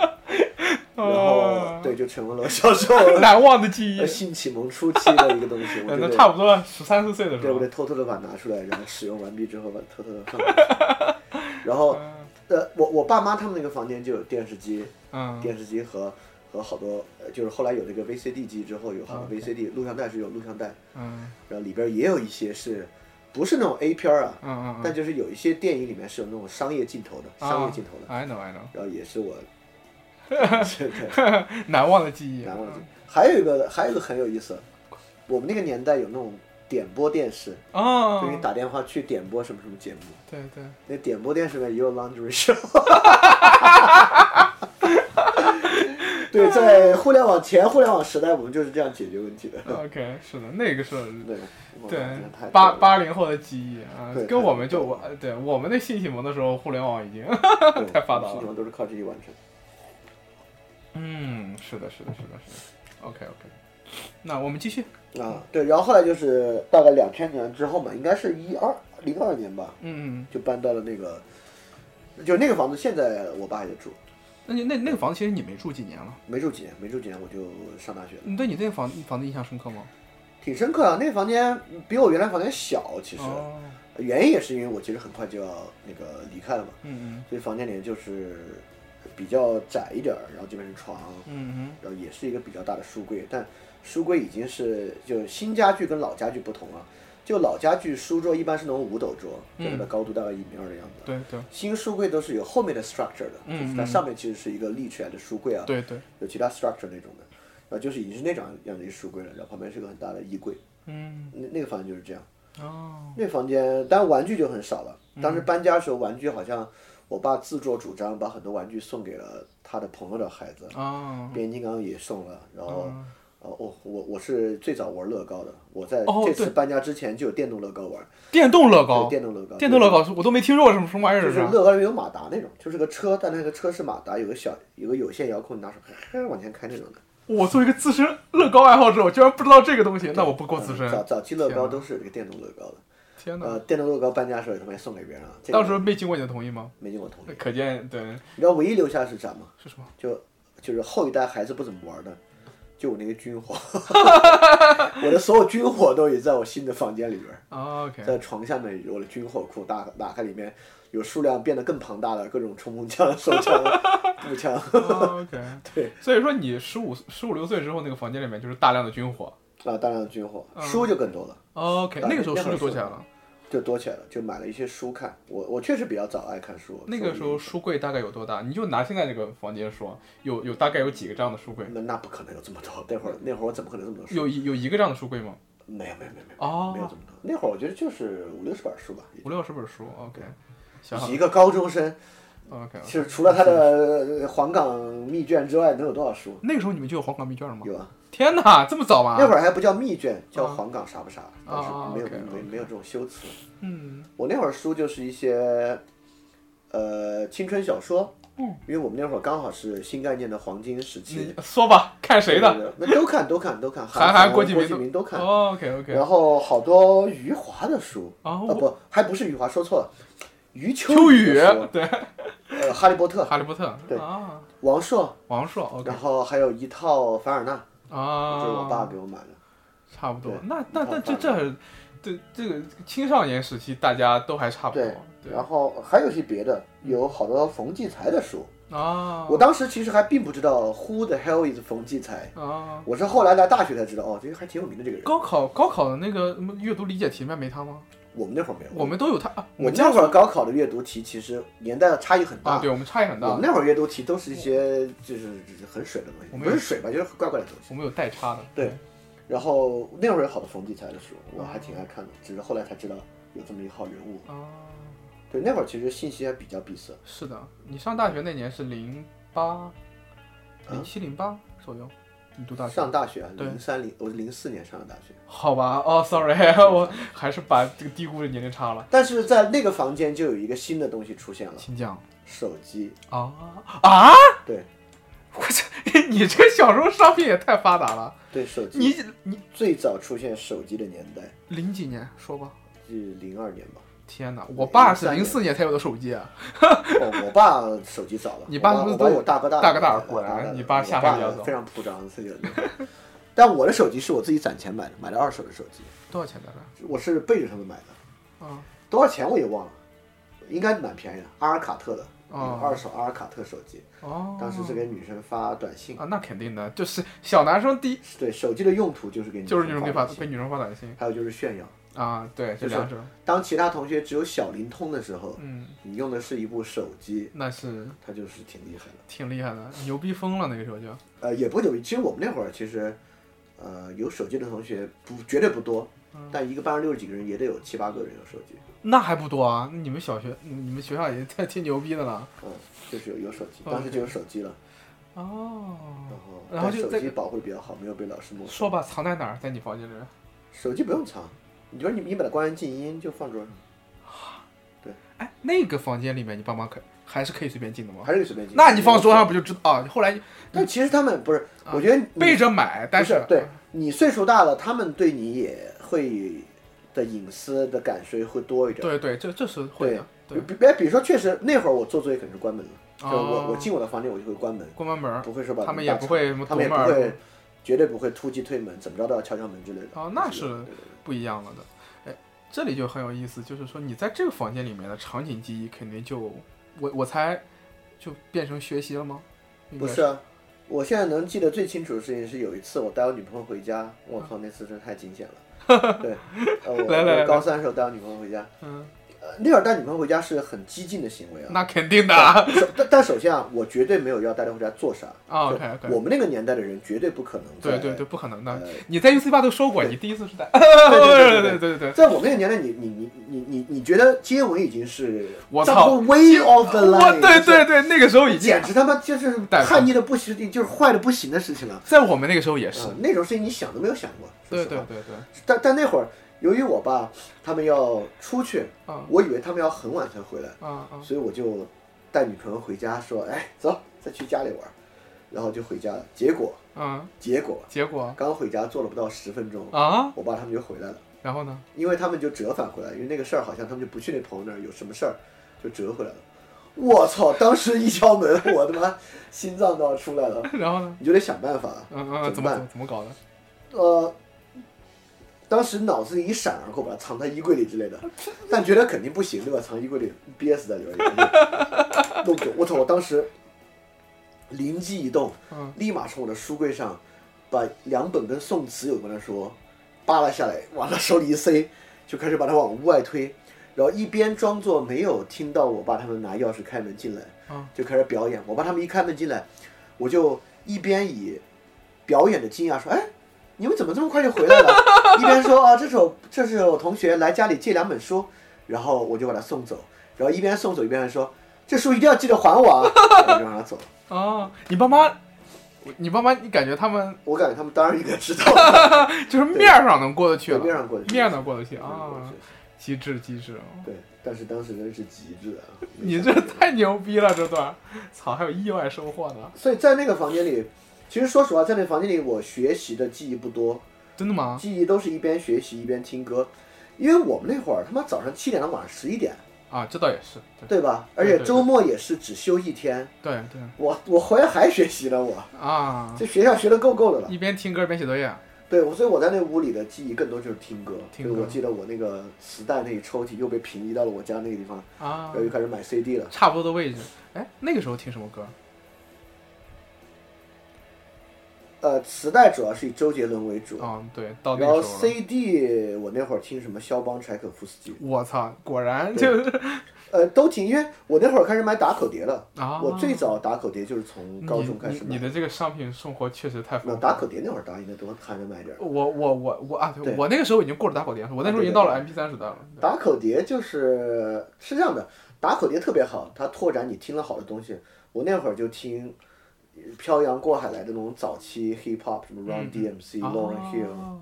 然后
哦，
对，就成为了我小 时候
难忘的记忆
呃。性启蒙初期的一个东西。我
那
觉
那
得
差不多十三四岁的时
对，
候
我得。偷偷的把它拿出来，然后使用完毕之后把它偷偷的放回去。然后，
嗯
呃，我我爸妈他们那个房间就有电视机，
嗯
电视机和和好多，呃就是后来有那个 VCD 机之后，有好多 VCD 录像带是有录像带，
嗯
然后里边也有一些是，不是那种 A 片儿啊，
嗯嗯
但就是有一些电影里面是有那种商业镜头的，
啊
商业镜头的，
，I know I know，
然后也是我，
嗯
真的
难忘的记忆。
难忘记。还有一个还有一个很有意思，我们那个年代有那种点播电视，
哦
就，给你打电话去点播什么什么节目。
对对，
那点播电视呢也有 laundry show。对，在互联网前互联网时代，我们就是这样解决问题的。
OK，是的，那个是
对，我
对
感觉太
八
对
八零后的记忆啊
对，
跟
太
我们就
对
我对我们的性启蒙的时候，互联网已经
对
太发达了
事情都是靠这些完成。
嗯，是的，是的，是的，是的。OK OK，那我们继续。
啊，对，然后后来就是大概两千年之后嘛，应该是一二零二年吧，
嗯，
就搬到了那个，就那个房子，现在我爸还在住，
那你那那个房子其实你没住几年了，
没住几年，没住几年我就上大学了，
你对你那个房房子印象深刻吗？
挺深刻啊。那个房间比我原来房间小，其实、
哦，
原因也是因为我其实很快就要那个离开了嘛，
嗯
所以房间里就是比较窄一点儿，然后这边是床，
嗯嗯
然后也是一个比较大的书柜，但书柜已经是就新家具跟老家具不同了。就老家具书桌一般是那种五斗桌，就它
嗯
的高度大概一米二的样
哼，
子。
对对
新书柜都是有后面的 structure 的，
嗯
就是它上面其实是一个立起来的书柜啊，
对对，
有其他 structure 那种的，然后就是已经是那种样的一书柜了，然后旁边是个很大的衣柜，
嗯
那那个房间就是这样。
哦，
那房间，当然玩具就很少了。当
嗯
时搬家的时候，玩具好像我爸自作主张把很多玩具送给了他的朋友的孩子，
哦，
变形金刚也送了，然后
嗯。
呃，我我我是最早玩乐高的，我在
哦
这次搬家之前就有电动乐高玩，
电动乐
对
高，
电动乐高，
电动乐高是我都没听说过什么什么玩意儿
就
这
是
是吧啊
乐高里面有马达那种，就是个车，但那个车是马达，有个小有个有线遥控，你拿手嘿嘿往前开那种的。
我作为一个资深乐高爱好者，我居然不知道这个东西，那我不够资
嗯早
深。
早期乐
天
高
啊
都是有这个电动乐高的，
天哪！
呃，电动乐高搬家的时候也他妈也送给别人了，这个
当时没经过你的同意吗？
没经我同意
那。可见，对，
你知道唯一留下的是啥吗？
是什么？
就就是后一代孩子不怎么玩的，就我那个军 火，我的所有军火都已在我新的房间里边儿，
哦 OK，
在床下面有我的军火库，打打开里面有数量变得更庞大的各种冲锋枪、手 枪、步枪，
哦 OK，
对，
所以说你十五十五六岁之后，那个房间里面就是大量的军火。
啊，大量的军火，
嗯
书就更多了，
OK，
那
那个时候
那
书
会儿
就多
是
起来了。
就多起来了，就买了一些书看。我我确实比较早爱看书，
那个时候书柜大概有多大？你就拿现在这个房间说，有有大概有几个这样的书柜？
那那不可能有这么多，那会儿那会儿我怎么可能这么多书？
有一有一个这样的书柜吗？
没有没有没有没有、没有
哦，
这么多。那会儿我觉得就是五六十本书吧，
五六十本书。OK，想
一个高中生，
OK，
其实除了他的呃黄冈密卷之外，能有多少书？
那个时候你们就有黄冈密卷了吗？
有啊，
天哪，这么早吗？
那会儿还不叫密卷，叫黄冈啥不啥，但是
啊
没有
OK，
没没有这种修辞。
嗯，
我那会儿书就是一些，呃，青春小说，嗯，因为我们那会儿刚好是新概念的黄金时期，
你说吧，看嗯谁的？
的？那都看都看都看，
韩寒、
寒、郭
郭敬
明、
明
都看。
OK OK，
然后好多余华的书
啊
啊，不，还不是余华，说错了，余
秋
雨
雨
的书，
对，
呃，哈利波特、
哈利波特
对
啊，
王朔，
王朔 OK
然后还有一套凡尔纳，这是我
啊，
爸给我买的。
差不多
对。
那那
差
那这
不多
这，对这个青少年时期大家都还差不多
对，然后还有一些别的，有好多冯骥才的书。
嗯啊
我当时其实还并不知道 Who the hell is 冯骥才，
啊。
我是后来来大学才知道，哦，这个还挺有名的这个人。
高考高考的那个什么阅读理解题里面没他吗？
我们那会儿没有，
我们都有他啊，
我
们
们
家
那会儿高考的阅读题其实年代的差异很大。
啊，对我们差异很
我
大
们，那会儿阅读题都是一些就是很水的东
我
西，
们
不是水吧，就是很怪怪的东西。
我们有代差的。
对，然后那会儿有好多冯骥才的书，我还挺爱看的，只是后来才知道有这么一号人物。
啊，
对，那会儿其实信息还比较闭塞。
是的，你上大学那年是零
啊
八零七零八左右，你读大学。
上大学啊，
对
零三零，我是零四年上的大学，
好吧，哦，sorry，我 还是把这个低估了年龄差了。
但是在那个房间就有一个新的东西出现了，
请讲
手机。
啊啊！
对
我这你这个小时候商品也太发达了。
对，手机
你你
最早出现手机的年代
零几年说吧？
是零二年吧。
天哪，我爸是
03
零
年
四年才有的手机啊。
哦，我爸手机早了，
你
我
爸
爸
是不是
我爸
都
有大哥大
大哥大
的
果然
大哥大的
你爸
我
下海
爸
比较早
非常铺张，所以有 但我的手机是我自己攒钱买的，买的二手的手机，
多少钱大概？
我是背着他们买的，
啊，
多少钱我也忘了，应该蛮便宜的，阿尔卡特的，
哦
二手阿尔卡特手机，
哦，
当时是给女生发短信，
啊，那肯定的，就是小男生第一
对，手机的用途就是给女
就是女生给发
短
被
信，
女生发短信
还有就是炫耀。
啊，对，
就
这
是
两者，
当其他同学只有小灵通的时候，
嗯，
你用的是一部手机，
那是
它就是挺厉害的。
挺厉害的，牛逼疯了那个时候就，
呃，也不久，其实我们那会儿其实，呃，有手机的同学不绝对不多，
嗯
但一个班上六十几个人也得有七八个人有手机，
那还不多啊，你们小学你们学校也太挺牛逼的了，
嗯，就是有有手机，
OK
当时就有手机了，
哦，
然后
然后就
但
在
手机保护的比较好，没有被老师没收。
说吧，藏在哪儿？在你房间里面？
手机不用藏，你就是你你把它关成静音就放桌上，
哎，那个房间里面你爸妈可还是可以随便进的吗？
还是随便进。
嗯那你放桌上不就嗯知道？啊，后来
但其实他们不是，我觉得你
背着买，但
不
是
是对你岁数大了，他们对你也会的隐私的感受会多一点。
对对，这这是会的，对，
比比比如说，确实那会儿我做作业肯定是关门了，就是
哦
我我进我的房间我就会关门。
关关门儿，
不会说把
他们
门
也
大
不
敞
会什么
他
堵
们也
门
不
儿
会，绝对不会突击推门，怎么着都要敲敲门之类的。
哦，那
就是
不一样了的。哎，这里就很有意思，就是说你在这个房间里面的场景记忆，肯定就我我猜就变成学习了吗？应
不
该
是啊？我现在能记得最清楚的事情是有一次我带我女朋友回家，我靠，那次真太惊险了。 对，呃我
来来来
我高三的时候带我女朋友回家，
嗯，
呃，那会儿带女朋友回家是很激进的行为啊。
那肯定的啊。
首 但但首先啊，我绝对没有要带她回家做啥。
啊
就
OK，OK
我们那个年代的人绝对不可能
对
在。
对对，不可能的
呃。
你在 UC 八都说过，你第一次是在，
对对对对
对对对。
在我们那个年代，你你你你你你觉得接吻已经是
我
在
操
way of the
我
line，
对
就是
对对，那个时候已经
简直他妈就是
带跑
叛逆的不行，就是坏的不行的事情了。
在我们那个时候也是
嗯，，那种事情你想都没有想过。说
对
实
对
话，
对对，
但但那会儿，由于我爸他们要出去，
啊
我以为他们要很晚才回来，
啊啊
所以我就带女朋友回家，说：“哎，走，再去家里玩。”然后就回家了。结果，
啊！
结果
结果
刚回家坐了不到十分钟，
啊，
我爸他们就回来了，
然后呢？
因为他们就折返回来，因为那个事儿好像他们就不去那朋友那儿，有什么事儿就折回来了。我操！当时一敲门，我他妈心脏都要出来了，
然后呢？
你就得想办法。
嗯嗯，
怎
怎
么办
么怎么怎么搞的？
呃，当时脑子一闪而过，把它藏在衣柜里之类的，但觉得肯定不行，对吧？藏衣柜里憋死在里边，弄丢。我操！我当时灵机一动，
嗯
立马从我的书柜上把两本跟宋词有关的书扒拉下来，往他手里一塞，就开始把他往屋外推，然后一边装作没有听到我爸他们拿钥匙开门进来
嗯，
就开始表演。我爸他们一开门进来，我就一边以表演的惊讶说：“哎，你们怎么这么快就回来了？” 一边说：“啊，这是我这是我同学来家里借两本书，然后我就把他送走，然后一边送走一边还说。”这书一定要记得还我啊！然后就让他走。
啊，你爸妈，你爸妈，你感觉他们
我感觉他们当然应该知道了，
就是面儿上能过得去
对
了，
面上过得去，
啊面儿能过得去
上过得
啊
去，，
机智机智，哦
对，但是当时真是极致啊！
你这太牛逼了，这段，操，还有意外收获呢，
所以在那个房间里，其实说实话，在那个房间里，我学习的记忆不多，
真的吗？
记忆都是一边学习一边听歌，因为我们那会儿他妈早上七点到晚上十一点，
啊，这倒也是，对
对吧？而
对
且
对
周末也是只休一天，
对对
我我回来还学习了我，
啊，
这学校学的够够的了。
一边听歌一边写作业，
对，我所以我在那屋里的记忆更多就是听歌，
听
就是
歌
我记得我那个磁带那一抽屉又被平移到了我家那个地方，
啊
然后，又开始买 CD 了。
差不多的位置，哎，那个时候听什么歌？
呃，磁带主要是以周杰伦为主，
嗯，对，到那
然后
个时候了，
CD 我那会儿听什么肖邦、柴可夫斯基，
我操，果然就是
呃，都听，因为我那会儿开始买打口碟了。
啊，
我最早打口碟就是从高中开始
你你你
买。
的这个商品生活确实太丰
那
富。
打口碟那会儿大家应该都还能买点儿。
我我我我啊！对
对
我那个时候已经过了打口碟了，我那时候已经到了 MP 3时代了。
打口碟就是是这样的，打口碟特别好，它拓展你听了好的东西。我那会儿就听呃漂洋过海来的那种早期 hip hop，什么
嗯
Run DMC、Lauren Hill，
哦，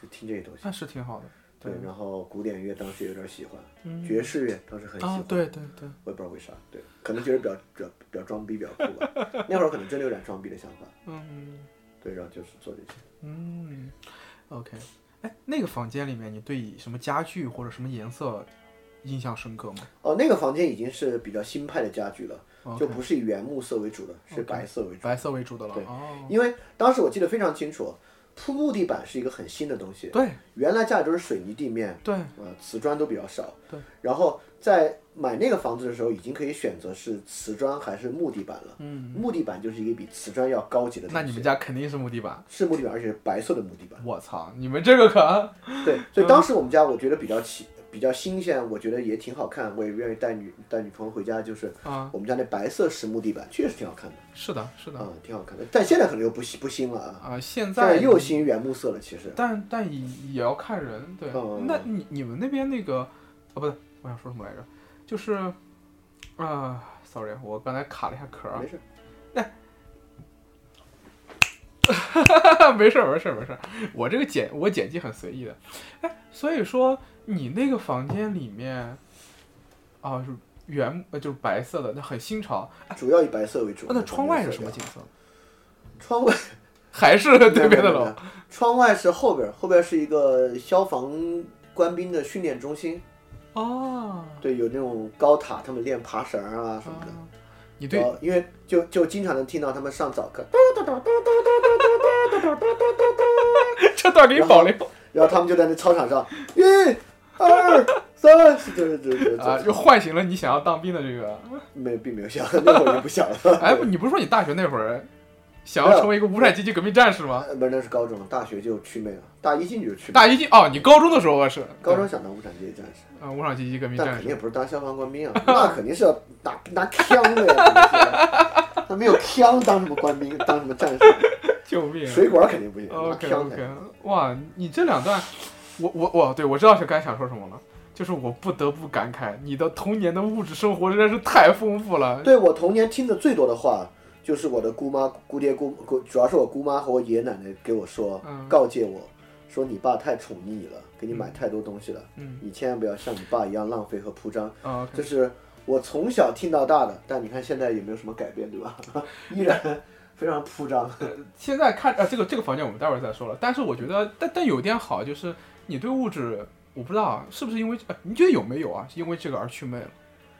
就听这些东西。
啊那是挺好的。
对，然后古典乐当时有点喜欢，
嗯
爵士乐当时很喜欢
啊，。对对对，
我也不知道为啥，对，可能觉得比较比较比较装逼，比较酷吧。那会儿可能真的有点装逼的想法，
嗯
对，然后就是做这些。
嗯，OK。哎，那个房间里面，你对什么家具或者什么颜色印象深刻吗？
哦，那个房间已经是比较新派的家具了
哦 OK
就不是以原木色为主了，是白色为主。
白色为主的了。
对
哦，
因为当时我记得非常清楚，铺木地板是一个很新的东西，
对
原来家里都是水泥地面，
对，
呃，瓷砖都比较少。
对。
然后在买那个房子的时候，已经可以选择是瓷砖还是木地板了。
嗯，
木地板就是一个比瓷砖要高级的
那
东
你
西
们，家肯定是木地板。
是木地板，而且是白色的木地板。
我操，你们这个可
对，所
嗯
以当时我们家我觉得比较奇，比较新鲜，我觉得也挺好看，我也愿意带女带女朋友回家，就是
啊，
我们家那白色实木地板确实挺好看的，
是的，是的
啊、挺好看的，但现在可能又不新不新了啊，
啊，现
现
在
又新原木色了，其实
但但也也要看人，对。
嗯
那你你们那边那个，啊，不对，我想说什么来着？就是，啊、s o r r y 我刚才卡了一下壳儿
没事，
啊，没事儿没事儿没事儿，我这个剪我剪辑很随意的。哎，所以说你那个房间里面，啊，是原呃就是白色的，那很新潮。
主要以白色为主。
啊那窗外是什
我
么
们家色
景色？
调？窗外
还是 对面的楼？，
窗外是后边儿，后边儿是一个消防官兵的训练中心，
哦，
对，有那种高塔，他们练爬绳儿啊什么的。
啊你对
然后因为就就经常能听到他们上早课，
这段给你保留
然后他们就在那操场上，一、二、三， 就是就是就是
啊，又唤醒了你想要当兵的这个。
没有并没有想，那会儿就不想了。
哎，你不是说你大学那会儿想要成为一个无产阶级革命战士吗？
呃不是，那是高中，大学就祛魅了，大一进去就祛魅。
大一进哦，你高中的时候是
高中想当无产阶级战士，
啊，无产阶级革命
但
战
肯定也
士
不是当消防官兵啊，那肯定是要打拿枪的呀。那没有枪当什么官兵，当什么战士？
救命啊
水管肯定不行，拿
！OK
枪才
OK，。哇，你这两段，我我我对我知道是该想说什么了，就是我不得不感慨，你的童年的物质生活实在是太丰富了。
对我童年听的最多的话，就是我的姑妈、姑爹、姑姑，主要是我姑妈和我爷爷奶奶给我说，
嗯
告诫我说你爸太宠溺你了，给你买太多东西了，
嗯
你千万不要像你爸一样浪费和铺张。
啊
这
，OK，
是我从小听到大的，但你看现在也没有什么改变，对吧？ 依然非常铺张。
现在看啊，这个这个房间我们待会儿再说了。但是我觉得，但但有一点好就是你对物质，我不知道啊是不是因为、呃你觉得有没有啊？是因为这个而祛魅了？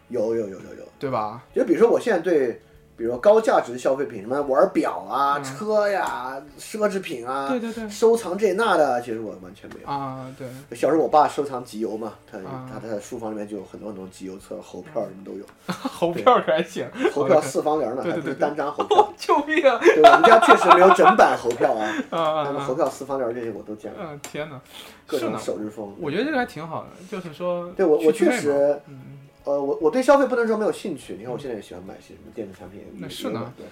有有有有有，
对吧？
就比如说我现在对，比如说高价值消费品，什么玩表啊、车呀、奢侈品啊，
嗯对对对，
收藏这那的，其实我完全没
啊，对，
有。小时候我爸收藏集邮嘛，他
啊
他他在书房里面就有很多很多集邮册、猴票什么都有，
猴票可还行，
猴票四方联呢，
对
还
对
不
对
是
对
单张猴票。
哦救命啊！
对，我们家确实没有整版猴票啊，
啊
但是
啊
猴票四方联这些我都见过，
啊！啊天哪，
各
是
种
呢，
首日封。
我觉得这个还挺好的，就是说，
对我我
去
确
之类嘛，
实，
嗯，
呃，我我对消费不能说没有兴趣，你看我现在也喜欢买些什么电子产品，
那
也
是呢，
也有买对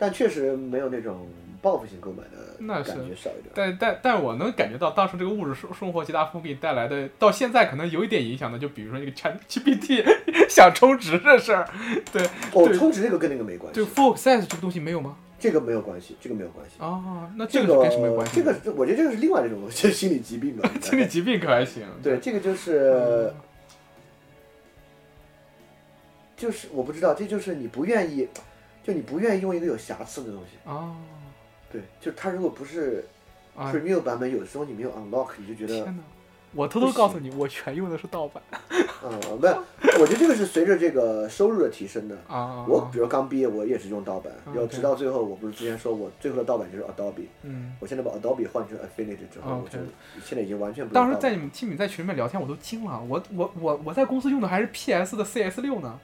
但确实没有那种报复性购买
那
的
是
感觉少一点。
但但但我能感觉到当时这个物质生生活极大丰富给你带来的，到现在可能有一点影响的，就比如说那个 Chat GPT 想充值这事儿，
哦，
对
充值这个跟那个没关
对
系，
full access 这个东西没有吗？
这个没有关系，这个没有关系。
哦，那
这
这个是跟什么有关系？
这个是我觉得这个是另外一种 心理疾病吧。应该
心理疾病可还行，嗯
对，这个
呃
就是就是我不知道，这就是你不愿意，就你不愿意用一个有瑕疵的东西。
哦
对，就它如果不是
啊，
Premium 版本，有的时候你没有 Unlock，你就觉得
天哪！我偷偷告诉你，我全用的是盗版
嗯，没有，我觉得这个是随着这个收入的提升的。
啊。
我比如刚毕业，我也是用盗版，
嗯
要
OK
直到最后，我不是之前说我最后的盗版就是 Adobe，
嗯，
我现在把 Adobe 换成 Affiliate 之后，我
OK
就现在已经完全不用
哦当
盗版
时在你们听你们在群里面聊天，我都惊了。啊我我我我在公司用的还是 PS 的 CS 六呢，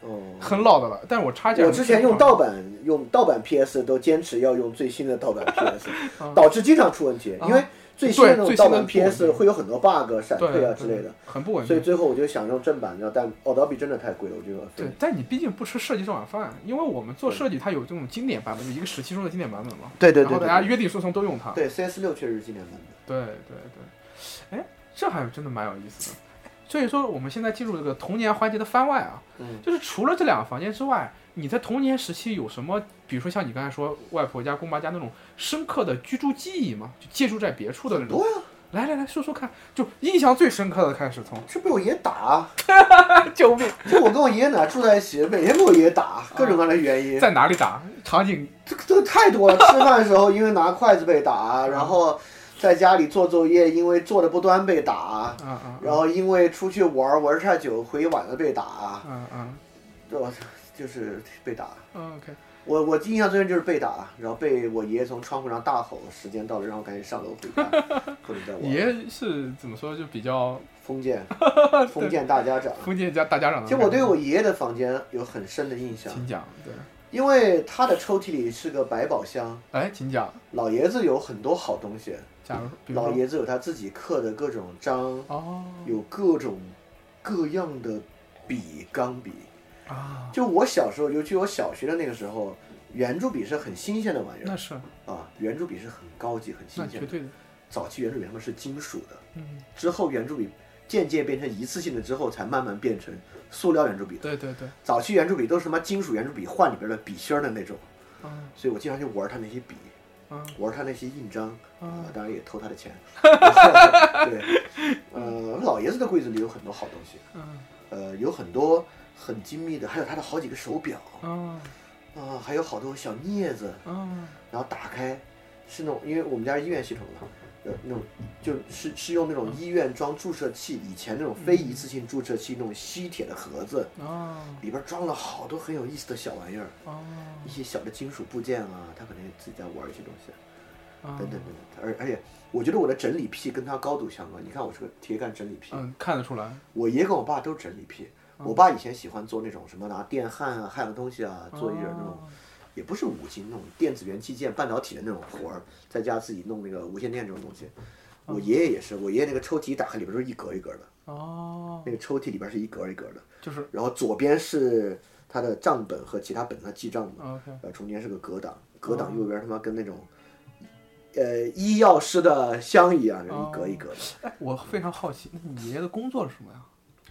哦，
很老的了。但是我插件
我之前用盗版用盗版 PS 都坚持要用最新的盗 版 PS，导致经常出问题，
啊
因为最新的那
嗯
种
对最新
盗
的
版
不稳定
PS 会有很多 bug 闪
对
退啊之类的，，
很不稳
所以
定。
最后我就想用正版的，但 Adobe 真的太贵了，我就用 Affiliate
对，但你毕竟不吃设计这碗饭，因为我们做设计，它有这种经典版本，就一个时期中的经典版本嘛。
对对
然
对
后大
对
家约定俗成都用它。
对 CS 六确实是经典版本。
对对对，哎，这还真的蛮有意思的。所以说，我们现在进入这个童年环节的番外啊，
嗯
就是除了这两个房间之外，你在童年时期有什么，比如说像你刚才说外婆家、姑妈家那种深刻的居住记忆吗？就借住在别处的那种。
多
来来来说说看，就印象最深刻的开始 从，
是被我爷打，啊
救命，
就我跟我爷爷奶住在一起，每天被我爷爷打，各种各样的原因，
在哪里打？场景
这个这个太多了。吃饭的时候因为拿筷子被打，啊然后在家里做作业因为做的不端被打，
啊啊
然后因为出去玩儿玩儿太久回晚了被打，
啊啊
对吧？就是被打。
啊，OK，
我我印象最深就是被打，啊然后被我爷爷从窗户上大吼：“时间到了，让我赶紧上楼回家，不能再玩。”
爷是怎么说就比较
封 建，封建大家长。
封建家大家长的。
其实我对我爷爷的房间有很深的印象，
请讲，对，
因为他的抽屉里是个百宝箱，
哎，请讲，
老爷子有很多好东西，
假如比如
老
说
爷子有他自己刻的各种章，
哦
有各种各样的笔、钢笔。
啊，
就我小时候，尤其我小学的那个时候，圆珠笔是很新鲜的玩意
那
儿
是
啊，圆珠笔是很高级、很新
那
鲜
绝
的。
对的，
早期圆珠笔他们是金属的，
嗯，
之后圆珠笔渐渐变成一次性的，之后才慢慢变成塑料圆珠笔的。
对对对，
早期圆珠笔都是什么金属圆珠笔换里边的笔芯儿的那种，
嗯
所以我经常去玩他那些笔。
嗯
玩他那些印章，
嗯
啊，当然也偷他的钱。 对，呃，老爷子的柜子里有很多好东西，
嗯
呃，有很多很精密的，还有他的好几个手表，啊、
嗯
还有好多小镊子，
嗯
然后打开是那种，因为我们家是医院系统的。呃，那种就是是用那种医院装注射器，以前那种非一次性注射器，那种吸铁的盒子，
哦
里边装了好多很有意思的小玩意儿，
哦
一些小的金属部件啊，他可能自己在玩一些东西。
啊
等等等等，而而且我觉得我的整理癖跟他高度相关。你看我是个铁杆整理癖，
嗯，看得出来，
我爷跟我爸都是整理癖。我爸以前喜欢做那种什么拿电焊啊、焊个东西啊，做一点
哦
那种，也不是五金那种电子元器件、半导体的那种活儿，在家自己弄那个无线电这种东西。
嗯
我爷爷也是，我爷爷那个抽屉一打开里边都是一格一格的，
哦，
那个抽屉里边是一格一格的，
就是
然后左边是他的账本和其他本子他记账的，
哦 OK，
呃，中间是个格挡，格
哦
挡右边他妈跟那种，呃，医药师的箱一样，
哦
一格一格的。
哎，我非常好奇，那你爷爷的工作是什么呀？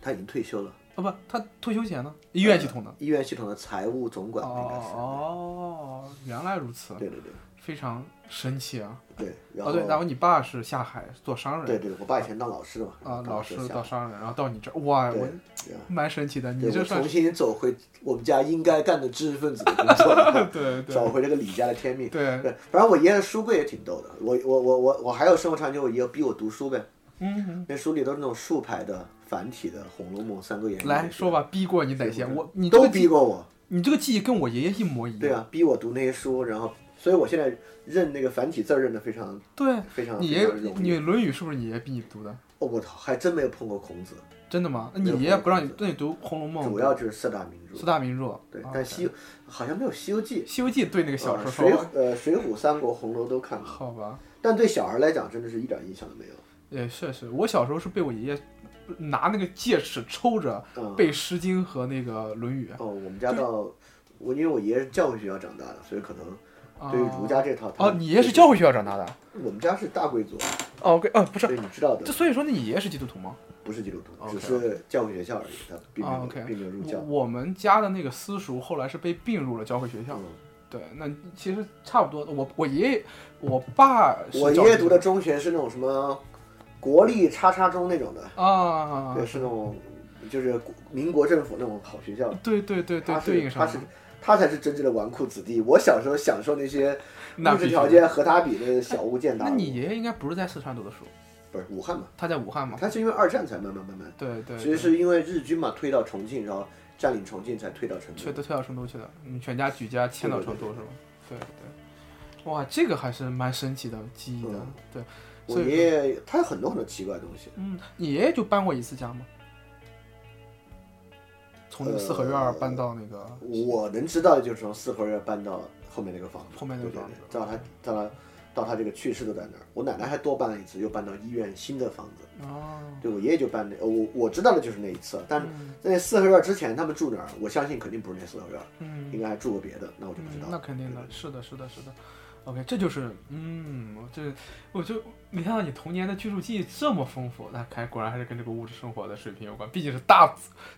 他已经退休了，呃
啊不，他退休前呢？医院系统的。
医院系统的财务总
哦
管应该是。
哦，原来如此，
对对对
非常神奇啊！
对，然
哦
后
对，然后你爸是下海做商
对
人
对，我爸以前当老师的嘛，
啊，
当
老
师
师
下
到商人，然后到你这儿，哇，
对
我
对啊
蛮神奇的，你
对
这
我
算
重
是
新走回我们家应该干的知识分子的工作，
对对
找回这个李家的天命。
对，
对，反正我爷爷的书柜也挺逗的，我我我我我还有生活场景，我爷爷逼我读书呗，
嗯，
那书里都是那种竖排的、繁体的《红楼梦》三国演义。
来说，吧，逼过你哪些？我你这
都
个记嗯
逼过我。
你这个记忆跟我爷爷一模一样。
对啊，逼我读那些书，然后，所以我现在认那个繁体字儿认得非常
对，
非常
你
非
爷
常容易。
你《论语》是不是你爷逼你读的？
哦，我操，还真没有碰过孔子，
真的吗？那
没有
你爷爷不让
孔
你
子
让你读《红楼梦》，
主要就是四大名著
四。大名著。
对
啊，
但西好像没有《西游记》。
西游记》对那个小
呃
时
水
候，
呃水浒、三国、红楼都看过，
好吧，
但对小孩来讲，真的是一点印象都没有。
也是是，我小时候是被我爷爷拿那个戒尺抽着
嗯，
背《诗经》和那个《论语》
哦，我们家到我因为我爷爷是教会学校长大的，所以可能
啊。
对于儒家这套，他
哦，你爷爷是教会学校长大的？
我们家是大贵族，
哦，OK，哦，不是，
对你知道的
这，所以说那你爷爷是基督徒吗？
不是基督徒，
OK
只是教会学校而已，他并没
啊
有
，OK
并没有入
我
教。
我们家的那个私塾后来是被并入了教会学校。
嗯
对，那其实差不多。我我爷爷，我爸是
我爷
教会
爷读的
学
中学是那种什么国立叉叉中那种的，
校啊，
对，是那种就是国民国政府那种好学校。
对对对对，
他
对
是
应上
他
了
是他才是真正的纨绔子弟。我小时候享受那些
那
物质
必须
条
的。
件和他比的小巫见大
那
巫。
你爷爷应该不是在四川读的书，
不是武汉嘛？
他在武汉吗？
他是因为二战才慢慢慢慢，
对对，
其实是因为日军嘛推到重庆，然后占领重庆才推到成
去
都。
都退到成都去的，你全家举家迁到成
对
都
对
是吗？对对，哇，这个还是蛮神奇的记忆的。
嗯
对，
我
所以
爷爷他有很多很多奇怪的东西。
嗯，你爷爷就搬过一次家吗？从那个四合院儿
呃
搬到那个、
我能知道的就是从四合院搬到后面那个房子，
后面那个
对对
房子
对到他到他到他这个去世都在那儿。我奶奶还多搬了一次，又搬到医院新的房子。
哦，
对我爷爷就搬那，呃我我知道的就是那一次，但
嗯
是在四合院之前他们住哪儿，我相信肯定不是那四合院，
嗯，
应该还住过别的，那我就不知
嗯
道。，
那肯定
对
的，是的，是的，是的。OK，这就是，嗯，我这，我就没想到你童年的居住记忆这么丰富，那看果然还是跟这个物质生活的水平有关，毕竟是大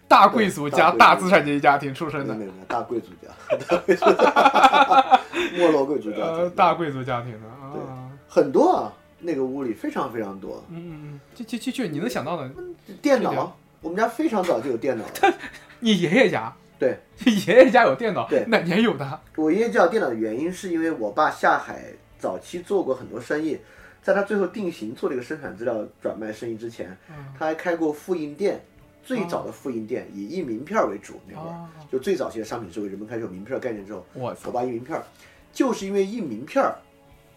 大贵族
对
加
大
大
贵族
资产阶级家庭出身
没有
的，
没有没有，大贵族家， 大贵族家， 没落贵族家，
呃，大贵族家庭的啊，
很多啊，那个屋里非常非常多
嗯嗯嗯，这这这这你能想到的，
电
这
脑
个，
我们家非常早就有 电脑了。
你爷爷家，
对，
你爷爷家有电脑
对，
哪年有的？
我爷爷叫电脑的原因是因为我爸下海早期做过很多生意，在他最后定型做这个生产资料转卖生意之前，他还开过复印店，最早的复印店以印名片为主那会儿，
啊，
就最早期的商品社会，人们开始有名片概念之后，
我
我
操，
爸印名片儿，就是因为印名片儿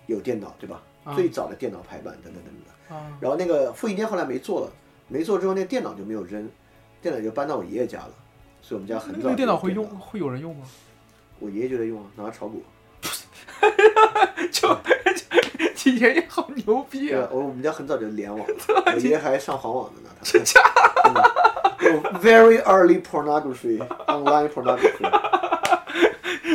有电脑，对吧？
啊
最早的电脑排版等等等等。
啊
然后那个复印店后来没做了，没做之后那电脑就没有扔，电脑就搬到我爷爷家了，所以我们家很
那
早就
个
有
电脑会用，会有人用吗？
我爷爷就在用啊，拿来炒股。
就就你爷爷好牛逼
对
啊
啊！，我我们家很早就联 网了，我爷爷还上黄网的呢，他真假？ 有 very early pornography online pornography，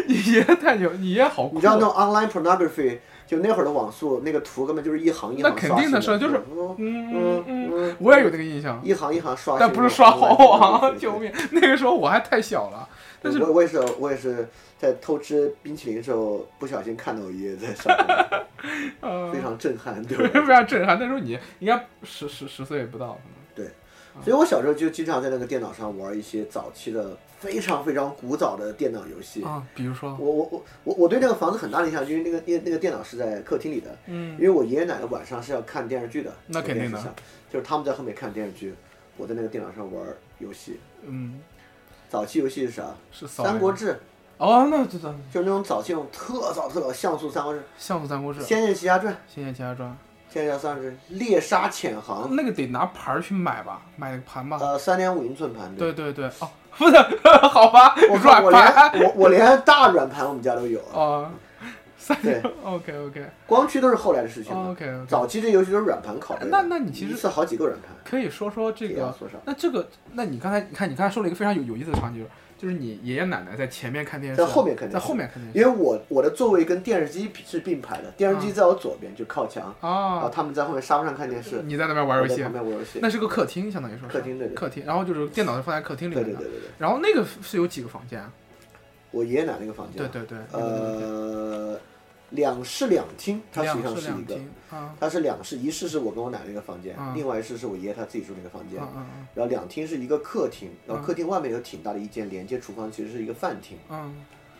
你爷爷太牛，你爷爷好酷啊！
你知道 那种 online pornography，就那会儿的网速，那个图根本就是一行一
那
行刷
肯
新
定的事儿就是
嗯
嗯
嗯
嗯，
嗯，
我也有这个印象，
一行一行刷新，
但不是刷
黄
黄网，啊救！命！那个时候我还太小了，但是
我我也是我也是在偷吃冰淇淋的时候不小心看到我爷爷在上面，
呃，
非常震撼，对
对
吧？
非常震撼。那时候你应该十十十岁不到，
所以我小时候就经常在那个电脑上玩一些早期的非常非常古早的电脑游戏。
啊，比如说，
我我我我我对那个房子很大的印象，因为那个那那个电脑是在客厅里的，
嗯
因为我爷爷奶奶晚上是要看电视剧的，
那肯
在
定的
电视上，就是他们在后面看电视剧，我在那个电脑上玩游戏。
嗯，
早期游戏是啥？
是扫
三国志，
哦，那知道
就是那种早期那种特早特早像素三国志，《
《像素三国志》《
仙剑奇侠传》《
仙剑奇侠传》，
仙剑奇侠三国志》《猎杀潜航》
那个得拿盘儿去买吧，买那个盘吧。
呃，三点五英寸盘。
嗯对对对，哦，不是， 好吧，
我
软
我
盘
连我我连大软盘我们家都有，啊
哦，三
对
OK OK
光驱都是后来的事情了。
OK OK，
早期这游戏都是软盘拷贝的，
哦那那你其
一
实
次好几个软盘，
可以说说这
也要
个
缩上。
那这个，那你刚才你看，你刚才说了一个非常有有意思的场景，就是你爷爷奶奶在前面看电视，
在后面看电视
在后面看电视
因为我我的座位跟电视机是并排的，电视
嗯
机在我左边就靠墙，然后
啊，
他们在后面沙发上看电视，
你在那边玩
我
游
在
戏
旁，边玩游戏。
那是个客厅，相当于说是
客厅对对
客厅，然后就是电脑就放在客厅里
对
面
对
的，
对对对，
然后那个是有几个房间啊？
我爷爷奶奶那个房间
对
啊，
对对，
呃，两室两厅，它实
两
际上
室
是一
两
个，
厅啊，
它是两室，一室是我跟我奶奶那个房间，
嗯
另外一室是我爷爷他自己住那个房
嗯
间。
嗯
然后两厅是一个客厅，然后
嗯
客厅外面有挺大的一间连接厨房，其实是一个饭厅。
嗯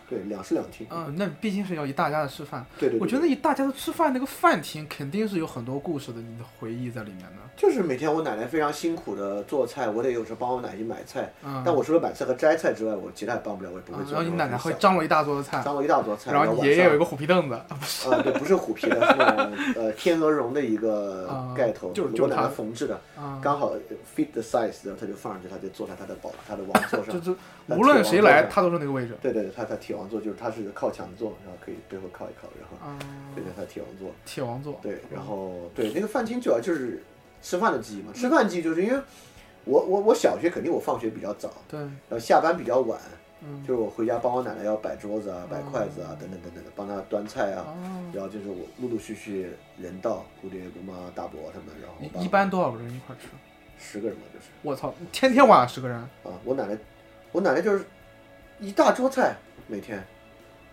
对，两室两厅。
嗯，那毕竟是要以大家的吃饭。
对对对，
我觉得以大家的吃饭那个饭厅，肯定是有很多故事的，你的回忆在里面的。
就是每天我奶奶非常辛苦的做菜，我得有时候帮我奶奶买菜。
嗯，
但我除了买菜和摘菜之外，我其他也帮不了，我也不会
嗯
做。
然后你奶奶会
我很
张罗一大桌子
小
菜，
张罗一大桌菜，
然后
后
你
晚
爷爷有一
上
个虎 皮凳子，啊不是
啊，对，不是虎皮的，是那种呃天鹅绒的一个
啊
盖头，
就是
我奶
就是它
奶缝制的，
啊，
刚好 fit the size，然后他就放上去，他就坐在他的宝他的王座
就
上。
就
那
无
铁
论
王
谁
座
来，
上
他都是那个位置。
对对对，他他铁王座就是他是靠墙坐，然后可以背后靠一靠，然后
啊，哦
对对，他铁王座。
铁王座。
对，然后对那个饭厅主要就是吃饭的记忆嘛，吃饭记忆就是因为我我我小学肯定我放学比较早，
对，
然后下班比较晚，
嗯，
就是我回家帮我奶奶要摆桌子啊、摆筷子啊等等等等的，帮她端菜啊，
哦，
然后就是我陆陆续续人到姑爹姑妈大伯他们，然后我爸
一一般多少个人一块儿吃？
十个人嘛就是
我操，天天晚上十个人，
啊，我奶奶我奶奶就是一大桌菜每天，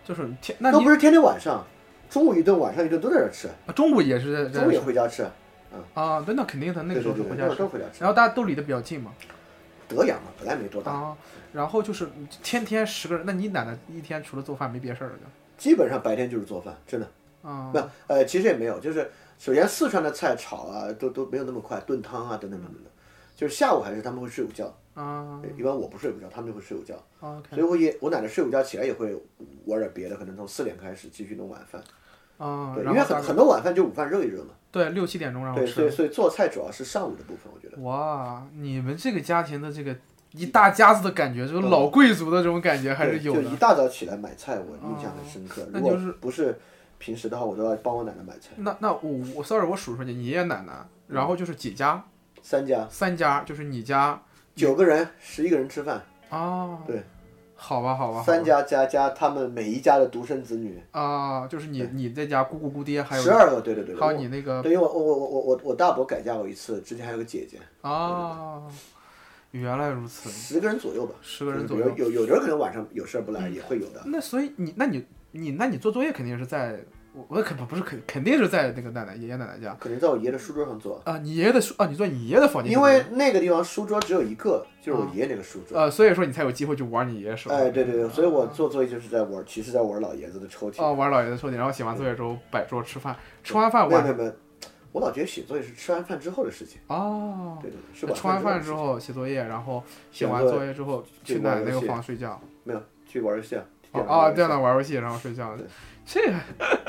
就是天，那
都
你
不是天天晚上，中午一顿晚上一顿都在这儿吃，
啊中午也是在
中午也回家吃，
啊？对，那肯定的，那个
对
时候
对
是
对，
回
那
家
会儿
吃
都，回家吃，
然后大家都离得比较近嘛。
德阳嘛本来没多大，
啊，然后就是天天十个人，那你奶奶一天除了做饭没别事儿了就？
基本上白天就是做饭，真的。
啊
不，，呃，其实也没有，就是首先四川的菜炒啊，都都没有那么快，炖汤啊，等等等等的。就是下午还是他们会睡午觉，
啊
一般我不睡午觉，他们就会睡午觉，所以
，OK，
我也我奶奶睡午觉起来也会玩点别的，可能从四点开始继续弄晚饭，
啊，
对，因
然
为
后
很
大概
很多晚饭就午饭热一热嘛，
对六七点钟然后
对，所以
吃。
所以做菜主要是上午的部分，我觉得，
哇，你们这个家庭的这个一大家子的感觉，这种老贵族的这种感觉还是
对
有
就
的哦
一。大早起来买菜，我印象很深刻。
那
如
就
果
是
不是平时的话，我都要帮我奶奶买菜，
那那我我 sorry，我数数去，你爷爷奶奶，
嗯
然后就是几家，
三家
三家，就是你家
九个人，十一个人吃饭，
啊，
对，
好吧好吧，好吧
三家加加他们每一家的独生子女，
啊，就是你你在家姑姑姑爹，还有
十二个，对对对，对
还有你那个
对，因为我我我我我我大伯改嫁过一次，之前还有个姐姐，
啊，原来如此，
十个人左右吧，
十个人
就
左
是
右。嗯
有有有的人可能晚上有事儿不来，也会有的。
那所以你，那你，你，那你做作业肯定是在我，我肯不是肯肯定是在那个奶奶爷爷奶奶家啊、
可能在我爷爷的书桌上做，
你爷爷的书啊，你做你爷爷的房间
因
做作业，
为那个地方书桌只有一个，就是我爷爷那个书桌。
呃，所以说你才有机会去玩你爷爷手。
哎，对对对，所以我做作业就是在玩，其实在玩老爷子的抽屉。
啊哦，玩老爷的抽屉，然后写完作业之后摆桌吃饭，吃完饭
没有
晚
没
上
有没有，我老觉得写作业是吃完饭之后的事情。
哦，
对对对，是晚
吃完
饭
饭之后写作业，然后写
写完
完
作业
作业之后
去
去奶
玩
奶
游
那个
戏
房睡觉。
没有去玩游戏啊。
哦
电脑
啊，
玩游戏
电脑玩游戏，然后睡觉
对，
这个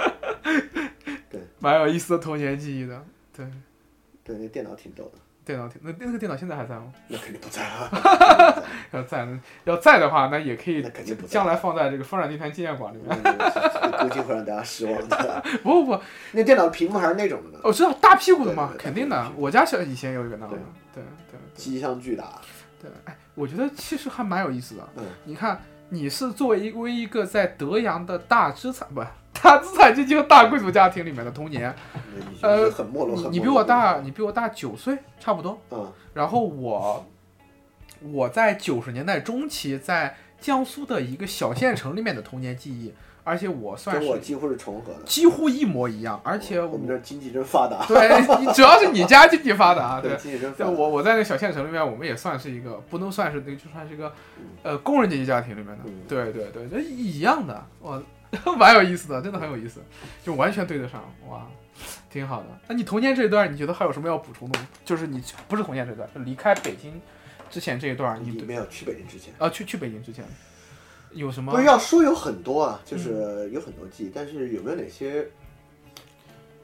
对，
蛮有意思的童年记忆的。对，
对，那电脑挺逗的，
电脑挺那那个电脑现在还在吗？
那肯定不在 啊。
要在呢要在的话，那也可以
那肯定不在
将来放在这个风染地坛纪念馆里面。
估计会让大家失望的。
不不不，
那电脑屏幕还是那种的，
我知道大屁股的嘛，
对对对
肯定
大
的
屁。股
我家小以前有一个那个
对，
对对对
机箱巨大。
对。哎，我觉得其实还蛮有意思的。
嗯
你看，你是作为一唯一一个在德阳的大资产不 大资产阶级和大贵族家庭里面的童年，
呃，很没落，
你
很
你
没
比
落
我大，，你比我大九岁差不多。
嗯，
然后 我我在九十年代中期在江苏的一个小县城里面的童年记忆，而且我算
跟我
是
几乎是重合的，
几乎一模一样，而且
我们这儿经济真发达，
对，你主 要是你家经济发 达，对啊
对，。经济真发
对
达。
我，我在那个小县城里面，我们也算是一个，不能算是那个，就算是一个，呃，工人阶级家庭里面的
嗯，
对对对，这一样的，哇， 蛮有意思的，真的很有意思，就完全对得上，哇，挺好的。那你童年这一段，你觉得还有什么要补充的吗？就是你不是童年这一段，就离开北京之前这一段，你
你
对
没有去北京之前，
啊，去去北京之前有什么嗯
不？是要说有很多啊，就是有很多记忆，但是有没有哪些？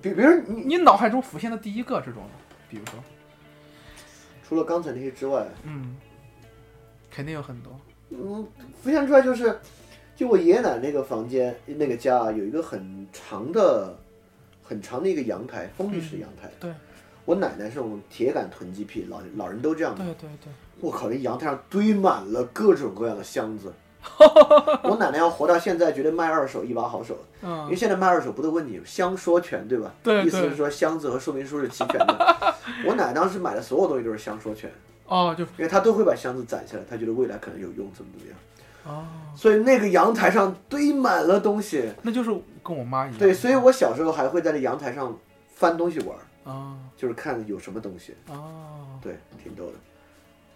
比比如你
你脑海中浮现的第一个这种的，比如说，
除了刚才那些之外，
嗯，肯定有很多，
嗯，浮现出来就是，就我爷爷奶奶那个房间那个家啊有一个很长的、很长的一个阳台，封闭式
嗯
的阳台。
对
我奶奶是那种铁杆囤积癖，老老人都这样嘛
对对对，
我靠，那阳台上堆满了各种各样的箱 子。我奶奶要活到现在，觉得卖二手一把好手，
嗯
因为。现在卖二手不都问你箱说权对吧？
对
意思
对
是说箱子和说明书是齐全的。我奶奶当时买的所有东西都是箱说权，
哦，就
因为她都会把箱子攒下来，她觉得未来可能有用，怎么怎么样。
哦，
所以那个阳台上堆满了东西，
那就是跟我妈一样。
对，所以我小时候还会在那阳台上翻东西玩，
哦
就是看有什么东西，
哦，
对，挺逗的。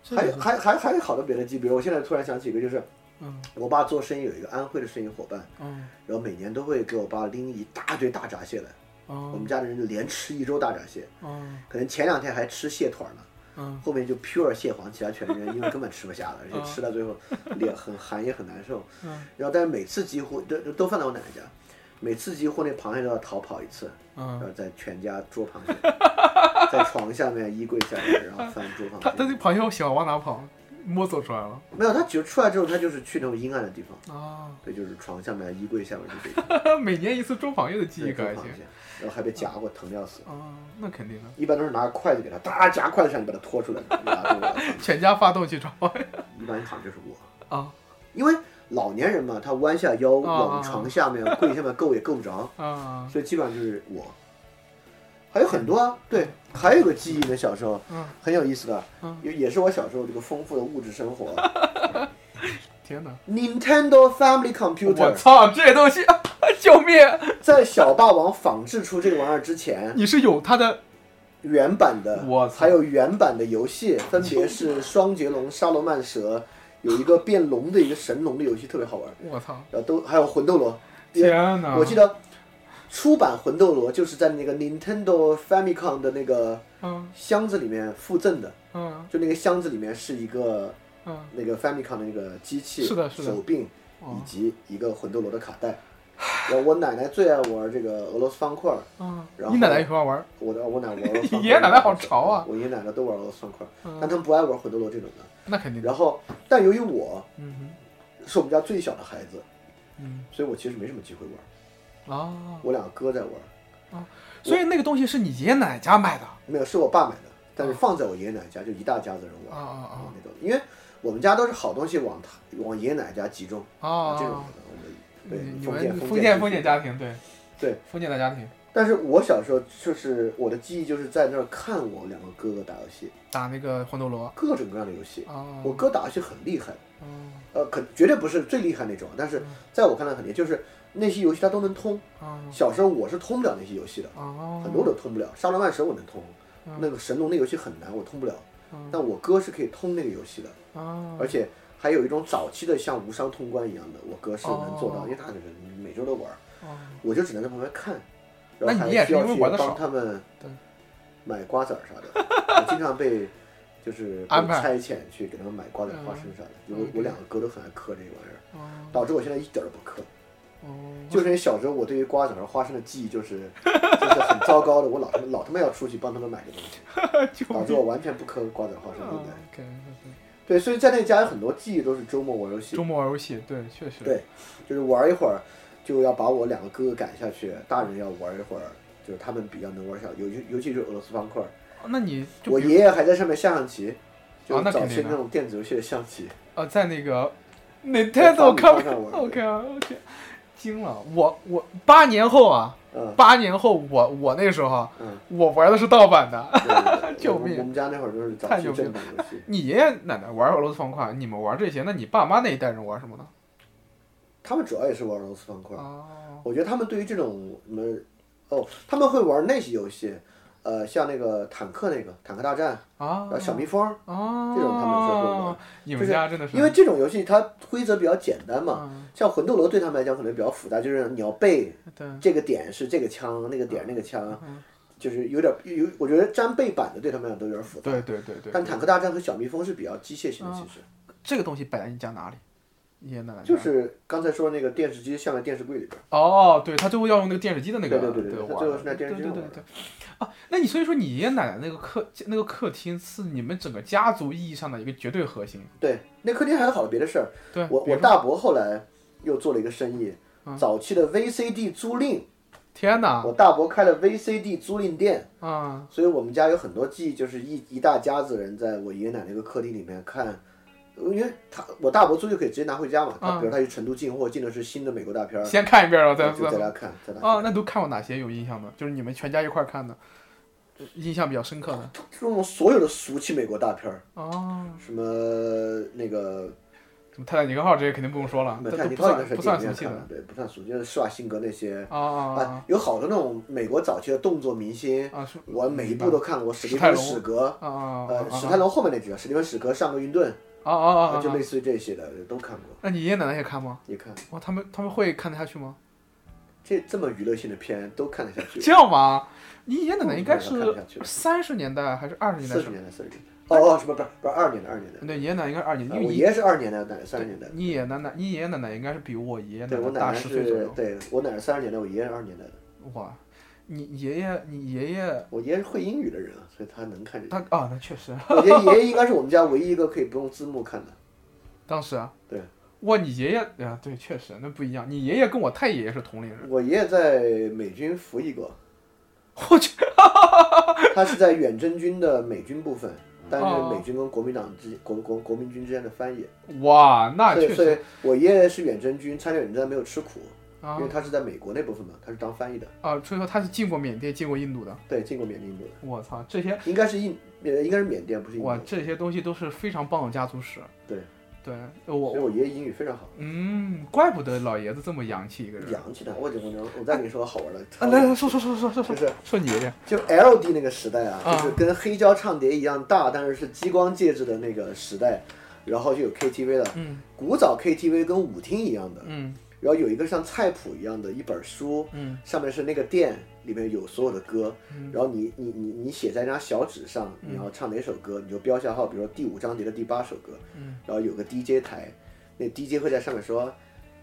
这
还
个
还还还有好多别的记忆，比如我现在突然想起一个，就是
嗯
我爸做生意有一个安徽的生意伙伴，
嗯
然后每年都会给我爸拎一大堆大闸蟹来，我
嗯
们家的人就连吃一周大闸蟹，
嗯
可能前两天还吃蟹腿儿呢，
嗯
后面就 pure 蟹黄，其他全是因为根本吃不下了，而
哦
且吃到最后脸很寒也很难受。
嗯
然后但是每次几乎都都放在我奶奶家，每次几乎那螃蟹都要逃跑一次，然
嗯，
后在全家捉螃 蟹，在床下面、衣柜下面，然后翻捉
他
螃
他
蟹
那。螃蟹喜欢往哪跑？摸索出来了
没有，他只出来之后，他就是去那种阴暗的地方，
啊！
对，就是床下面、衣柜下面这种，
每年一次捉螃蟹的记忆
对，
可
捉
还
螃
行
蟹，然后还被夹过，疼的要死。
啊，那肯定的，
一般都是拿筷子给他，哒夹筷子上，你把它拖出来，拿住了。
全家发动去抓螃蟹
一般好像就是我。
啊
因为老年人嘛，他弯下腰往床下面、跪下面够也够不着，
啊
所以基本上就是我。还有很多啊，对，还有个记忆呢，小时候
嗯
很有意思的
嗯，
也也是我小时候这个丰富的物质生活。
天哪！
Nintendo Family
我
Computer
操，这东西， 救命！
在小霸王仿制出这个玩意儿之前，
你是有它的
原版的
我操
还有原版的游 戏，分别是双截龙、沙罗曼蛇，有一个变龙的一个神龙的游戏特别好玩，
我操！
然后都还有魂斗罗，
天哪！
我记得出版《魂斗罗》就是在那个 Nintendo Famicom 的那个
嗯
箱子里面附赠的，
嗯
就那个箱子里面是一个
嗯，
那个 Famicom 的那个机器，
是的是的
手柄
哦
以及一个魂斗罗的卡带。然后我奶奶最爱玩这个俄罗斯方块儿，
啊
然！后
你奶奶也会玩儿
我的我奶奶玩俄罗斯方块儿
爷爷奶奶好潮啊
我爷爷奶奶都玩俄罗斯方块儿，
嗯
但他们不爱玩魂斗罗这种的。
那肯定的。
然后，但由于我
嗯
是我们家最小的孩子，
嗯
所以我其实没什么机会玩。
啊，
我两个哥在玩，
所以那个东西是你爷爷奶奶家买的
没有是我爸买的，但是放在我爷爷奶奶家就一大家子人玩。
啊
啊
啊
那种，因为我们家都是好东西往他往爷爷奶奶家集中，
啊
啊这种
啊！
可能我
你
们对
你
封建
们
封
封建
封
封建。家庭对
对
封建的家庭
但是我小时候就是我的记忆就是在那儿看我两个哥哥打游戏，
打那个魂斗罗
各种各样的游戏。
啊，
我哥打游戏很厉害，
嗯
呃，可绝对不是最厉害那种，但是在我看来很厉害，就是那些游戏他都能通。
啊
小时候我是通不了那些游戏的，
啊，
很多我都通不了。沙罗曼蛇我能通
嗯，
那个神龙那游戏很难，我通不了
嗯。
但我哥是可以通那个游戏的，
啊
而且还有一种早期的像无伤通关一样的，我哥是能做到，
哦
因为他这个人每周都玩，
啊
我就只能在旁边看，
那
然后还
你也
需
是
要
因为
去
玩得少
帮他们
对
买瓜子儿啥 的，我经常被就是被
安排
差遣去给他们买瓜子儿、
嗯
花生啥的，
嗯
我我两个哥都很爱嗑这个玩意儿，
啊
导致我现在一点儿都不嗑，
哦，
就是因为小时候我对于瓜子儿和花生的记忆就是就是很糟糕的，我老他妈老他妈要出去帮他们买这东西，
就
导致我完全不嗑瓜子儿、花生
啊
现在。
，OK，
对，所以在那家有很多记忆都是周末玩游戏。
周末玩游戏对，确实
对就是玩一会儿就要把我两个哥哥赶下去，大人要玩一会儿，就是他们比较能玩下，尤其尤其是俄罗斯方块儿。
那你就
我
比如
爷爷还在上面下象棋，就
啊
是
那
早
肯定
期
的
那种电子游戏的象 棋，
呃，在那个
在
Nintendo
方方
Cup
上玩。
OK 啊，OK，惊了！我我八年后啊，
嗯，
八年后我我那时候啊
嗯
我玩的是盗版的。
对
救
我们
命
我们家那会儿都是早
太
期
牛逼
正版游戏，
你爷爷奶奶玩俄罗斯方块，你们玩这些，那你爸妈那一代人玩什么呢？
他们主要也是玩俄罗斯方块儿。
哦，
我觉得他们对于这种什么，哦，他们会玩那些游戏，呃，像那个坦克那个坦克大战，
啊
呃，小蜜蜂儿，
啊，
这种他们是会玩
你们家真的是
因为这种游戏它规则比较简单嘛，
嗯，
像魂斗罗对他们来讲可能比较复杂，就是你要背
对，
这个点是这个枪，那个点那个枪
嗯，
就是有点有，我觉得粘背板的对他们来讲都有点复杂。
对对对哦对，
但坦克大战和小蜜蜂是比较机械性的，其实
这个东西摆在你家哪里？爷爷奶奶家
就是刚才说那个电视机像在电视柜里边，
哦，对他最后要用那个电视机的那个
对对对对他
对玩
最后
的
是在电视机
对
上
对对
玩的
对啊，那你所以说你爷爷奶奶那个客那个客厅是你们整个家族意义上的一个绝对核心，
对，那客厅还有好的别的事儿。
对，
我
比如
我
说
大伯后来又做了一个生意
嗯，
早期的 VCD 租赁，
天哪
我大伯开了 VCD 租赁店，
啊
所以我们家有很多记忆，就是一一大家子人在我爷爷奶奶那个客厅里面看。因为他我大伯租就可以直接拿回家嘛，他
嗯
比如他去成都进货，进的是新的美国大片儿，
先看一遍然后再
就在
再
家看，在家看。
啊，那都看过哪些有印象的？就是你们全家一块儿看的，印象比较深刻的
这种所有的俗气美国大片儿，
哦，
什么那个
什么泰坦尼克号这些肯定不用说了，
《
这
泰
都
尼
不
克号》应该
算
是电影
不算熟
院
悉
看
的
的，对，不算俗气，就是施瓦辛格那些
啊啊啊
啊，有好多那种美国早期的动作明星，
啊是
我每一部都看过，史蒂
史泰
芬·
龙
史格，
啊啊啊
呃，史泰龙后面那几个，史蒂芬·史格、上个云顿，
啊啊啊啊啊！
就
啊
类似于这些的都看过。
那你爷爷奶奶也看吗？
你看
哇，他们他们会看得下去吗？
这这么娱乐性的片都看得下去，
这样吧，你爷爷奶奶应该
看得
是
下去
三十年代还是二十年代
四
生
十？年代、四十年代，哦哦，什么不是不是二十年代、二十年代，
对，爷爷奶奶应该是二十年，
呃
因
我
为
爷爷是二十年代，奶奶三十年代。
你爷爷奶奶，你爷爷奶奶应该是比我爷爷奶
对我奶
奶大
奶
十岁左
是
右，。
对我奶奶三十年代，我爷爷是二十年代的。
哇，你爷爷，你爷 爷
我爷爷是会英语的人啊，所以他能看这
他啊，那确实，
个。我爷爷爷爷应该是我们家唯一一个可以不用字幕看的。
当时啊，
对，
哇，你爷爷啊，对，确实那不一样。你爷爷跟我太爷爷是同龄人，
我爷爷在美军服役过，
我去，
他是在远征军的美军部分，担任
哦
美军跟国民党之国国国民军之间的翻译。
哇，那
所以
确
所
实
以我爷爷是远征军，参加远征没有吃苦，
啊
因为他是在美国那部分嘛，他是当翻译的，
啊，所以说他是进过缅甸，进过印度的。
对，进过缅甸的，
我操，这些
应该是印，呃应该是缅甸，不是印
哇，
度。
这些东西都是非常棒的家族史。
对，
对呃
所以
我，
我爷爷英语非常好，
嗯，怪不得老爷子这么洋气一个人。
洋气的。我我我我再跟你说个好玩的，
啊，来来说说说说说说
就是
说你爷爷
就 L D 那个时代啊，
啊
就是跟黑胶唱碟一样大，但是是激光介质的那个时代，然后就有 K T V 了。
嗯
古早 K T V 跟舞厅一样的，
嗯
然后有一个像菜谱一样的一本书，
嗯
上面是那个店里面有所有的歌，
嗯
然后你你你你写在一张小纸上，你要唱哪首歌，你就标下号，比如说第五章节的第八首歌，
嗯
然后有个 DJ 台，那 DJ 会在上面说。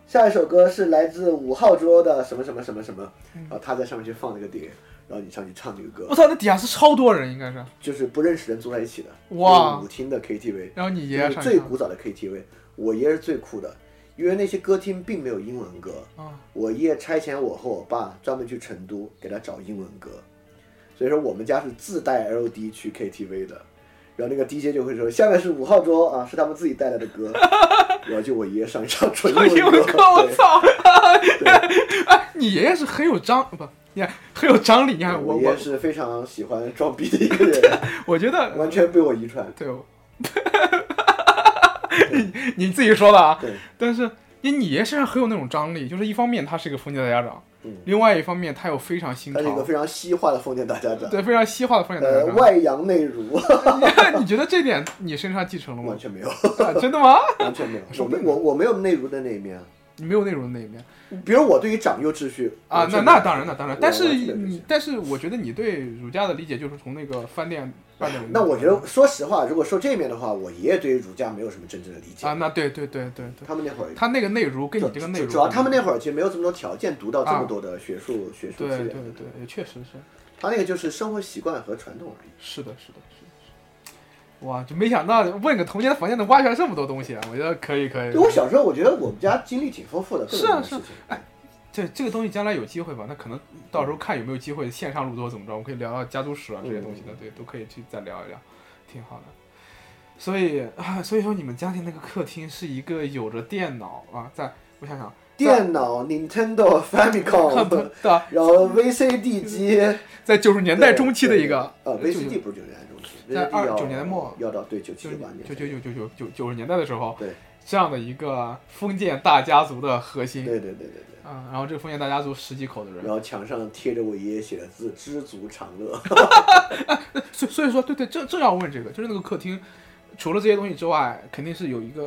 下一首歌是来自五号桌的什么什么什么什么，
嗯
然后他在上面去放那个碟，然后你上去唱这个歌
我，操，那底下是超多人，应该是。
就是不认识人坐在一起的，
哇
就是舞厅的 KTV，
然后你爷
就
爷
是
上去
最
唱
古早的 KTV。我爷是最酷的，因为那些歌厅并没有英文歌，
啊，
我爷差遣我和我爸专门去成都给他找英文歌，所以说我们家是自带 LD 去 KTV 的。然后那个 DJ 就会说，下面是五号桌啊，是他们自己带来的 歌，然后就我爷上一唱纯
英文
歌，
歌， 我
对
操！ 哎，你爷爷是很有张不？你看很有张力，你看啊我
我爷
我
是非常喜欢装逼的一个 人，
我觉得
完全被我遗传。
对， 我你你自己说的啊。
对，
但是你你爷身上很有那种张力，就是一方面他是一个封建大家长，
嗯
另外一方面他有非常新
他是一个
潮，
非常西化的封建大家长，
对非常西化的封建大
呃，
家
外阳内儒。
长。你觉得这点你身上继承了吗
完？全没有，
啊真的吗？
完全没 有。我没我我没有内儒的那一面啊。
你没有内容的那一面
比如我对于长幼秩序
啊？
完
那
全
那当然，那当然
我。
但是
完全没有这
你
些，
但是我觉得你对儒家的理解就是从那个饭店饭店。
哎那我觉得，说实话，如果说这面的话，我爷爷对于儒家没有什么真正的理解。
啊，那对对对对对，
他们那会儿，
他那个内儒跟你
就
这个内
就
儒，
主要他们那会儿其实没有这么多条件读到这么多的学术、学术
啊对
资源。
对对，也确实是。
他那个就是生活习惯和传统而已。
是的，是的，是的，是的。哇，就没想到问个童年的房间能挖出来这么多东西啊！我觉得可以，可以。
对我小时候，我觉得我们家经历挺丰富的，各种
是
各
啊
样的事
是啊
情。
这这个东西将来有机会吧？那可能到时候看有没有机会线上录多怎么着，我们可以聊聊家族史啊这些东
嗯
西的，对，都可以去再聊一聊，挺好的。所以啊，所以说你们家庭那个客厅是一个有着电脑啊，在我想想，
电脑、Nintendo、
恨不
Famicom，
得
然后 VCD 机。
在九 十年代中期的一个
呃
就有
VCD 不是九十年代中期，
在
VCD 要
29年代末
要到对九七
就
九八年，
就就就就就就九十年代的时候，
对
这样的一个封建大家族的核心
对，对对对对。
啊，然后这个封建大家族十几口的人
然，后墙上贴着我爷爷写的字“知足常 乐
所以所以说，对对，正正要问这个，就是那个客厅，除了这些东西之外，肯定是有一个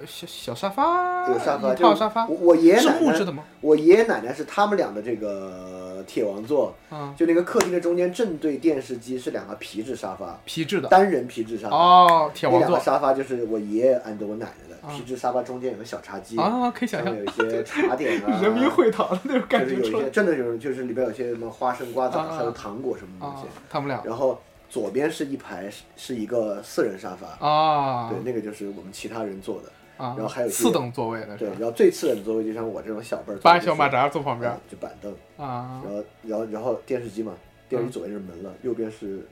呃小小沙”，发，
有沙发，
啊一套
就
沙发
我，我爷爷
是
奶
木质
奶，
的吗？
我爷爷奶奶是他们俩的这个铁王座，
嗯，
就那个客厅的中间正对电视机是两个皮质沙发，
皮质的。
单人皮质沙发。
哦，铁
那
王
两
座
个沙发就是我爷爷按着我奶奶的
啊
皮质沙发，中间有个小茶几，
啊，可以想
上
象
面有一 些茶点啊，
人民会堂的那种感
就是
觉
有一
出来
些真的有，就是里边有些什么花生、瓜子
啊啊
儿，还有糖果什么东
啊
西。，
他们俩
然后左边是一排是是一个四人沙发，
啊
对，那个就是我们其他人坐的。
啊，
然后还有一些
四等座位那
对，
是，
然后最次的座位就像我这种小辈儿坐
八
的就是，
小马扎坐旁边
嗯就板凳，
啊
然后然后然后电视机嘛，电视机左边是门了，右边是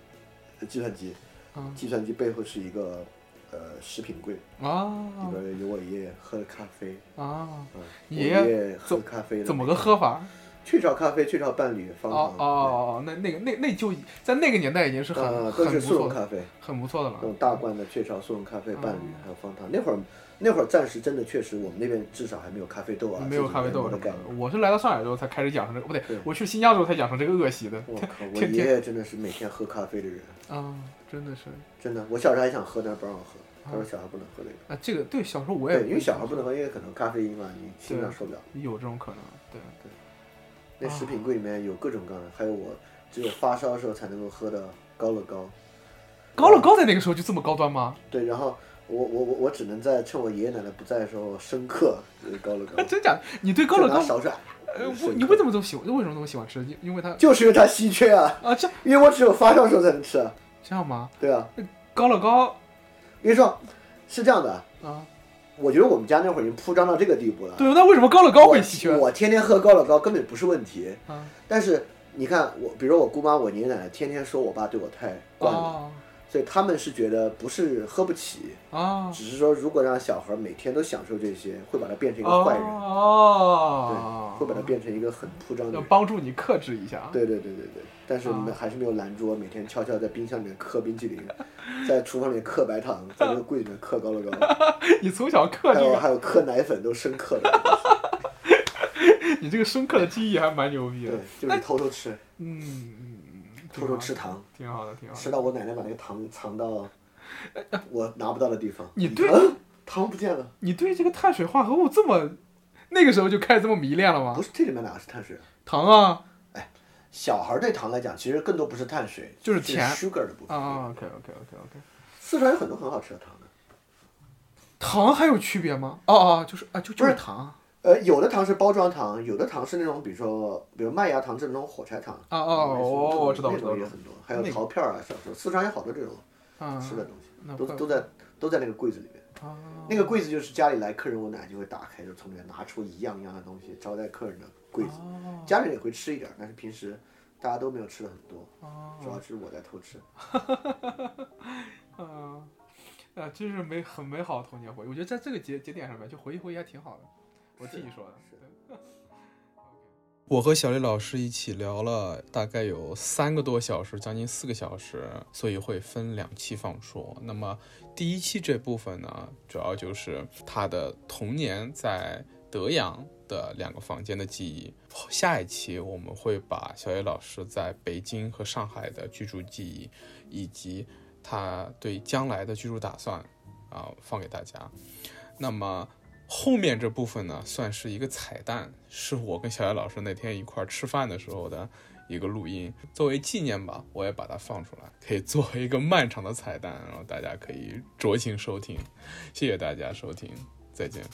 呃计算机，
嗯
计算机背后是一个呃食品柜，里
啊
边有我爷爷喝的咖啡，
啊，
嗯，我
爷
爷
爷
爷喝咖啡的
怎么个喝法？
雀巢咖啡，雀巢伴侣
哦
方
哦
糖，
哦，那那个那那就在那个年代已经是
对
很
啊都
很
是
不
速
错
溶
的，
咖啡。
很不错的了
那。种大罐的雀巢速溶咖啡伴侣
啊，
还有方糖。那会儿，那会儿暂时真的确实，我们那边至少还没有咖啡豆啊，
没有咖啡豆
的
什么
概
的
念。。
我是来到上海之后才开始养成这个，不对
对，
我去新疆之后才养成这个恶习的。
我靠，我
天
爷爷真的是每天喝咖啡的人，
啊，真的是
真的。我小时候还想喝，但是不让我喝。他说小孩不能喝这个。
啊，这个对小时候我也
对，因为小孩不能喝，因为可能咖啡因嘛，你心脏受不了。
有这种可能，对，
嗯
啊
那食品柜里面有各种各样的，还有我只有发烧的时候才能够喝的高乐高。
高乐高在那个时候就这么高端吗？ ，
对，然后我我我我只能在趁我爷爷奶奶不在的时候生克就是高乐高
真假的？你对啊高乐
就
高
拿，勺涮。
呃，
生
我
克
你为什么这么喜欢？为什么这么喜欢吃？因因为它
就是因为它稀缺啊，
啊，这
因为我只有发烧的时候才能吃啊，
这样吗？
对啊，
高乐高
因为说，是这样的，
啊，
我觉得我们家那会儿已经铺张到这个地步了。啊
对，那为什么高乐高会稀缺
我我天天喝高乐高根本不是问题，
啊？
但是你看我，比如我姑妈、我爷爷奶奶天天说我爸对我太惯了，
啊
所以他们是觉得不是喝不起，
啊
只是说如果让小孩每天都享受这些，会把他变成一个坏人，
哦，
会把他变成一个很铺张的
要
人。
帮助你克制一下。
对对对对对，但是我们还是没有拦住我，每天悄悄在冰箱里面嗑冰淇淋，在厨房里面嗑白糖，在那个柜里面嗑高乐高，
你从小克
还
这
有
个，
还有嗑奶粉都生嗑的。
你这个深刻的记忆还蛮牛逼的
对。，就是偷偷吃，
嗯嗯，嗯
偷偷吃，糖，
挺好的，挺好的，挺好
吃
的。
到我奶奶把那个糖藏 到我拿不到的地方。
你对
嗯糖不见了？
你对这个碳水化合物这么，那个时候就开始这么迷恋了吗
不？是，这里面哪个是碳水啊？
糖啊
小孩对糖来讲，其实更多不是碳水，
就是
是
甜
sugar 的部分。
啊，OK OK OK OK。
四川有很多很好吃的糖的，
糖还有区别吗？哦哦，就是啊，就
不
就是
是
糖啊
呃，有的糖是包装糖，有的糖是那种，比如说，比如麦芽糖这种火柴糖。啊
哦哦，我我知道我
那
知
种
道我知
也
道
很多，还有
那个
桃片儿啊，小时候四川有好多这种
啊
吃的东西，
那
都
怪
都在都在那个柜子里面。
啊
那个柜子就是家里来客人，我奶就会打开，就从里面拿出一样一样的东西招待客人的柜子。
哦
家人也会吃一点儿，但是平时大家都没有吃的很多，
哦
主要是我在偷吃。
嗯，啊，这是美很美好的童年回忆。我觉得在这个节节点上面，就回忆回忆还挺好的。我替你说的。
是
对我和小丽老师一起聊了大概有三个多小时，将近四个小时，所以会分两期放出。那么第一期这部分呢，主要就是他的童年在德阳的两个房间的记忆。下一期我们会把小野老师在北京和上海的居住记忆，以及他对将来的居住打算啊、放给大家。那么后面这部分呢，算是一个彩蛋，是我跟小野老师那天一块儿吃饭的时候的一个录音，作为纪念吧，我也把它放出来，可以作为一个漫长的彩蛋，然后大家可以酌情收听。谢谢大家收听，再见。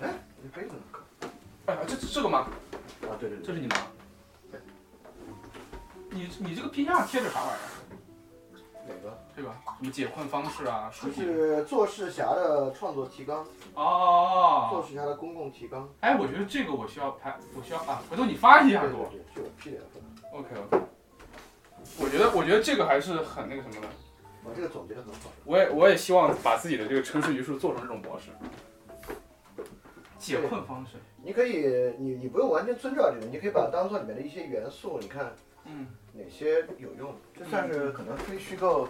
哎你杯子呢？
哎，这这个吗？
啊，对对对，
这是你的吗？你你这个冰箱贴着啥玩意儿？
哪个？
这个什么解困方式啊？书
这
籍
是做事侠的创作提纲，做
哦。
事侠的公共提纲。
哎，我觉得这个我需要拍，我需要啊，回头你发一
对
下
对
给我。
对，是我 P 的。我
OK OK。我觉得我觉得这个还是很那个什么的，
这个总结的很好。
我也我也希望把自己的这个城市榆树做成这种模式。解困方式，
你可以，你你不用完全遵照这个，你可以把它当做里面的一些元素，你看
嗯，
哪些有用。这算是可能非虚构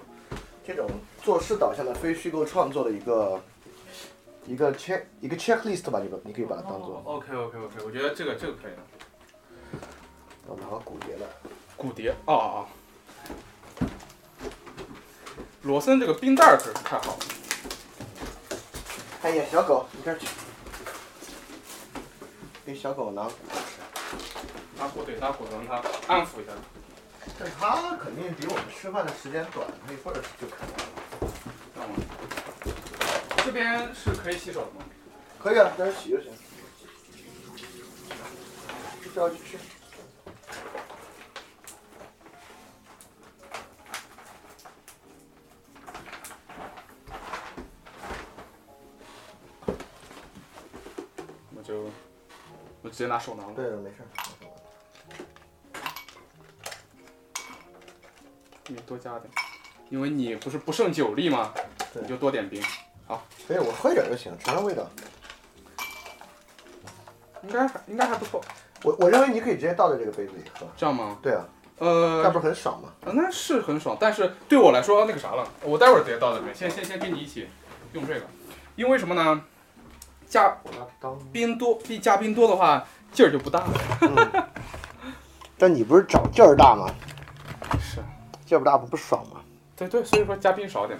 这种做事导向的非虚构创作的一个一个 check 一个 checklist 吧，这个你可以把它当做。
OK OK OK，我觉得这个这个可以的。
我拿个骨节了。
骨碟啊啊！罗森这个冰袋儿可是太好了，
哎呀，小狗，你这儿去，给小狗拿。
拿火腿拿火能它安抚一下。
但它肯定比我们吃饭的时间短，它一会儿就看完了。
知道吗？这边是可以洗手的吗？
可以啊，在这洗就行。这要去吃。
我就我直接拿手拿了。
对了，没事儿。
你多加点，因为你不是不胜酒力吗？
对
你就多点冰。
所以我喝一点就行，尝尝味道。
应该还应该还不错，
我我认为你可以直接倒在这个杯子里喝。
这样吗？
对啊，
呃
那，不是很爽吗？
那是很爽，但是对我来说那个啥了，我待会儿直接到这边，先先先跟你一起用这个，因为什么呢？嘉宾多，比嘉宾多的话劲儿就不大了。
嗯但你不是找劲儿大吗？
是，
劲儿不大不不爽吗？
对对，所以说嘉宾少点。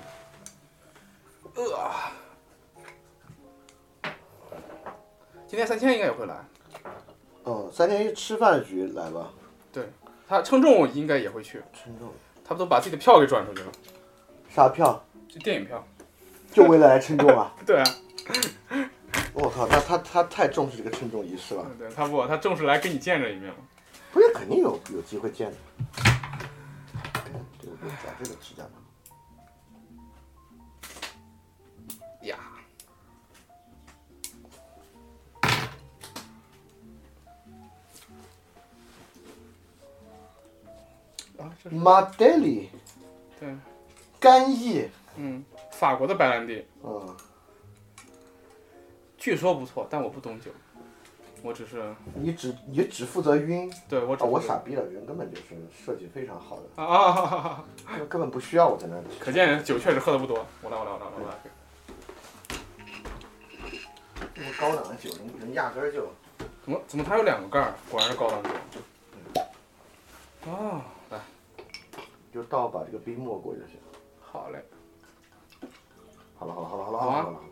呃，今天三千应该也会来，
哦，三天一吃饭的局来吧，
他称重应该也会去，
称重
他都把自己的票给转出去了，
啥票？
这电影票。
就为了来称重啊！
对啊，
我靠，他他他太重视这个称重仪式了，
对他不，他正式来跟你见这一面了。
不是肯定有有机会见的。对，我给你夹这个指甲吧。
呀，啊，这是
马德里
对，
干邑，
嗯，法国的白兰地，
嗯，
据说不错，但我不懂酒，我只是
你只你只负责晕，
对我只
啊，
是、
我傻逼了，人根本就是设计非常好的，
啊啊啊啊啊！
根根本不需要我在那里。
可见酒确实喝的不多。我来，我来，我来，我来。
这么高档的酒，人人压根儿就
怎么怎么它有两个盖儿？果然是高档酒。嗯哦，来，
就倒把这个冰没过就行。
好嘞，
好了好了好了好了
好啊
好了好了，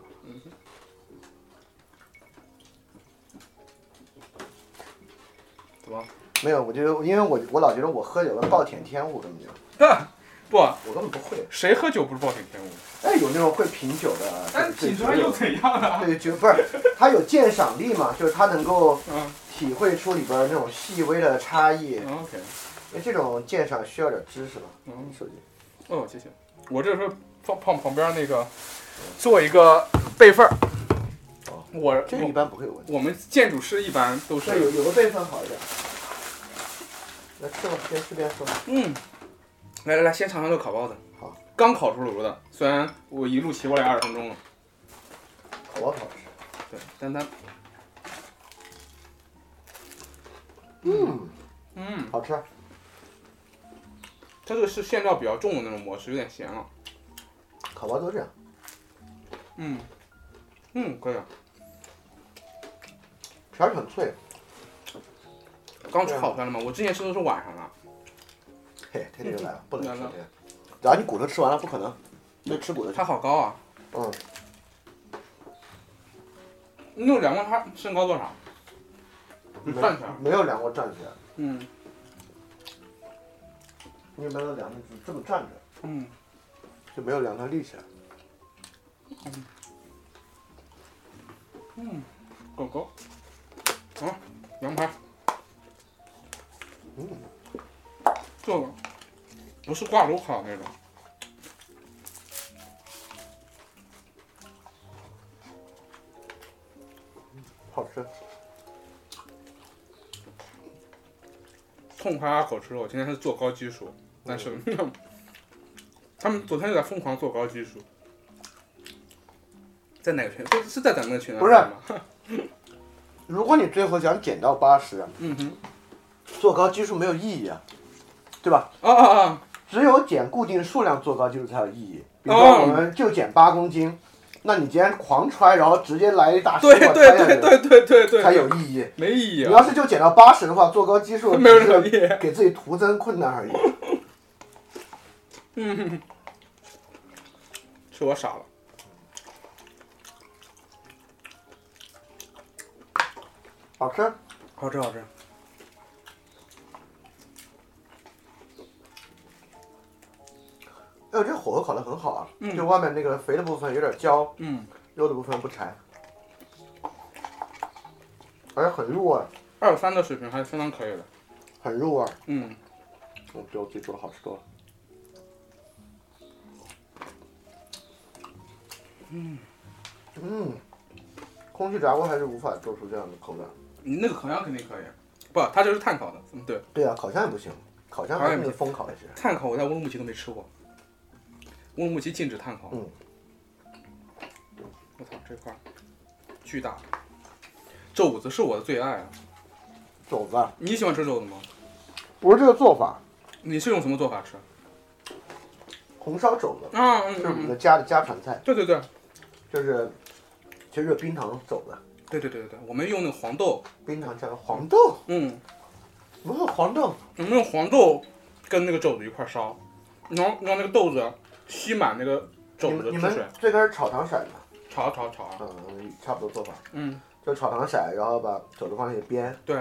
怎么？
没有，我觉得因为我我老觉得我喝酒跟暴殄天物根本就，
不，
我根本不会。
谁喝酒不是暴殄天物？
哎，有那种会品酒的，这这这
怎样啊？
对，就不是他有鉴赏力 嘛，就是他能够
嗯
体会出里边儿那种细微的差异。
嗯，OK，
哎，这种鉴赏需要点知识吧？
嗯
手机。
哦，谢谢。我这时候放放旁边那个，做一个备份儿
哦。
我
这个一
我
般不会有问题。
我们建筑师一般都
这有
是，
有个备份好一点。来吃吧，边吃边说。
嗯，来来来，先尝尝这个烤包子。
好，
刚烤出炉的，虽然我一路骑过来二十分钟了，
烤包子好吃。
对，但它
嗯，
嗯，
好吃。
它这个是馅料比较重的那种模式，有点咸了。
烤包子都这样。
嗯，嗯，可以啊。
皮儿很脆。
刚吃好出来了吗？我之前吃的是晚上的。
嘿，天天就来了，不能吃
来了
这个。然后你骨头吃完了，不可能。那吃骨头去。
嗯它好高啊！
嗯，
你有量过它身高多少？你站起来。
没有量过站起来，
嗯
你有没有量过这么站着，
嗯，
就啊没有量它立起来。
狗狗。啊，羊排。
嗯，
这个不是挂炉烤那种。
好吃。
痛快阿口吃肉，今天是做高技术，但是、他们昨天就在疯狂做高技术，在哪个群？是是在咱们的群啊？
不是
吗？
如果你最后想减到八十，啊
嗯哼，
做高基数没有意义啊，对吧？
啊啊啊！
只有减固定数量做高基数才有意义。比如
哦
说我们就减八公斤，那你今天狂揣，然后直接来一大石
对
块
对
揣下
对
去，
对对对对，
才有意义。
没意义
你要
啊，
是就减到八十的话，做高基数
没有任何意义。
给自己徒增困难而已。
嗯，是我傻了。
好吃，
好吃好吃。
哎呦，这火候烤得很好啊，
嗯
就外面那个肥的部分有点焦，
嗯，
肉的部分不柴，而且很入味儿，
二三的水平还是相当可以的。
很入味儿。
嗯，
我比我自己做的好吃多了。嗯，嗯，空气炸锅还是无法做出这样的口感。
你那个烤羊肯定可以，不，它就是碳烤的。嗯，对，
对啊，烤箱也不行，烤箱还是那个风烤才行。
碳烤我在乌鲁木齐都没吃过，乌鲁木齐禁止碳烤。
嗯，
我操，这块儿巨大。肘子是我的最爱啊！
肘子啊
你喜欢吃肘子吗？
不是这个做法，
你是用什么做法吃？
红烧肘子
啊，嗯
这是我们
嗯，嗯
的家的家常菜，
对对对
就是其实就是冰糖肘子，
对对对对对，我们用那个黄豆，
冰糖加黄豆，
嗯，
不是黄豆，
我们用黄豆跟那个肘子一块烧，然后让那个豆子吸满那个肘
你
子
们
的
你
汁水
们，最开始炒糖色嘛，
炒炒炒啊，
嗯，差不多做法，
嗯，
就炒糖色，然后把肘子放进去煸，
对，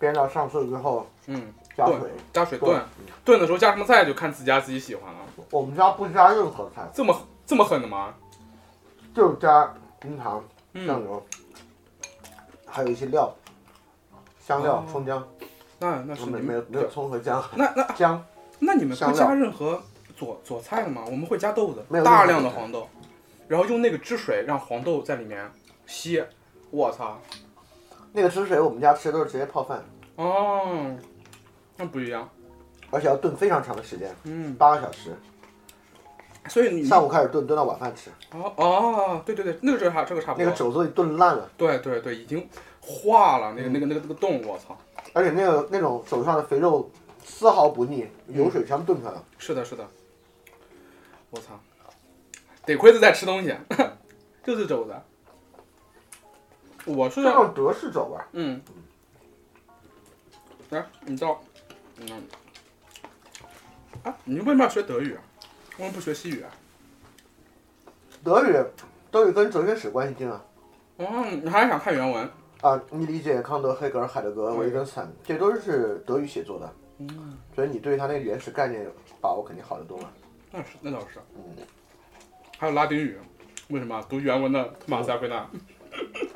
煸到上色之后
嗯，
加
对
水
加水炖，炖的时候加什么菜就看自家自己喜欢了。
我们家不加任何菜，
这么这么狠的吗？
就加冰糖、酱
嗯，
油，还有一些料，香料
哦、
葱姜，
那那是你
没
们
没有没有葱和姜，
那那
姜
那你们不
香料
加任何佐佐菜的吗？我们会加豆子
没有，
大量的黄豆，然后用那个汁水让黄豆在里面吸。我操！
那个汁水我们家吃都是直接泡饭，
哦，那不一样。
而且要炖非常长的时间，
嗯，
八个小时，
所以你
上午开始炖，炖到晚饭吃，
哦哦，对对对，那个这还这个差不
那
多。
个肘子已炖烂了，
对对对，已经化了那个
嗯
那个那个那个洞，我操！
而且那个那种手上的肥肉丝毫不腻，油水全部炖出来了。
是的，是的。我操！得亏是在吃东西， 就是肘子。我是
这种德式肘吧，
嗯，来，你到，嗯，啊，你为什么要学德语啊？为什么不学西语啊？
德语德语跟哲学史关系近啊。
哦，你还想看原文？
啊，你理解康德、黑格尔、海德格尔、维根斯坦，这都是德语写作的，
嗯，
所以你对他那个原始概念把握肯定好得多了。
那是那倒是。
嗯，
还有拉丁语，为什么啊读原文的马萨奎纳？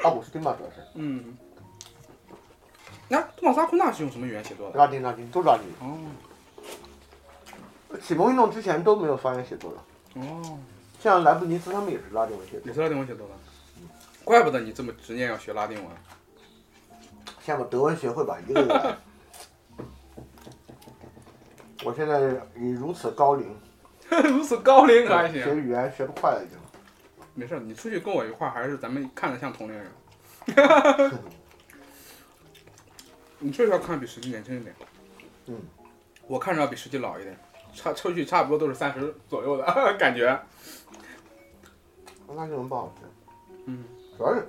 奥古斯丁吧，主要是
嗯，那、马萨奎纳是用什么语言写作的？
拉丁、拉丁都拉丁。
哦
启蒙运动之前都没有方言写作的，
哦，
像莱布尼茨他们也是拉丁文写作
也。是拉丁文写作的，怪不得你这么执念要学拉丁文。
像个德文学会吧，一个一个 来。我现在已如此高龄，
如此高龄还行。
学语言学不快了已经。
没事儿，你出去跟我一块儿，还是咱们看着像同 龄人。你确实要看着比实际年轻一点。
嗯，
我看着要比实际老一点，差出去差不多都是三十左右的 感觉。
拉丁文不好学，
嗯，
主要是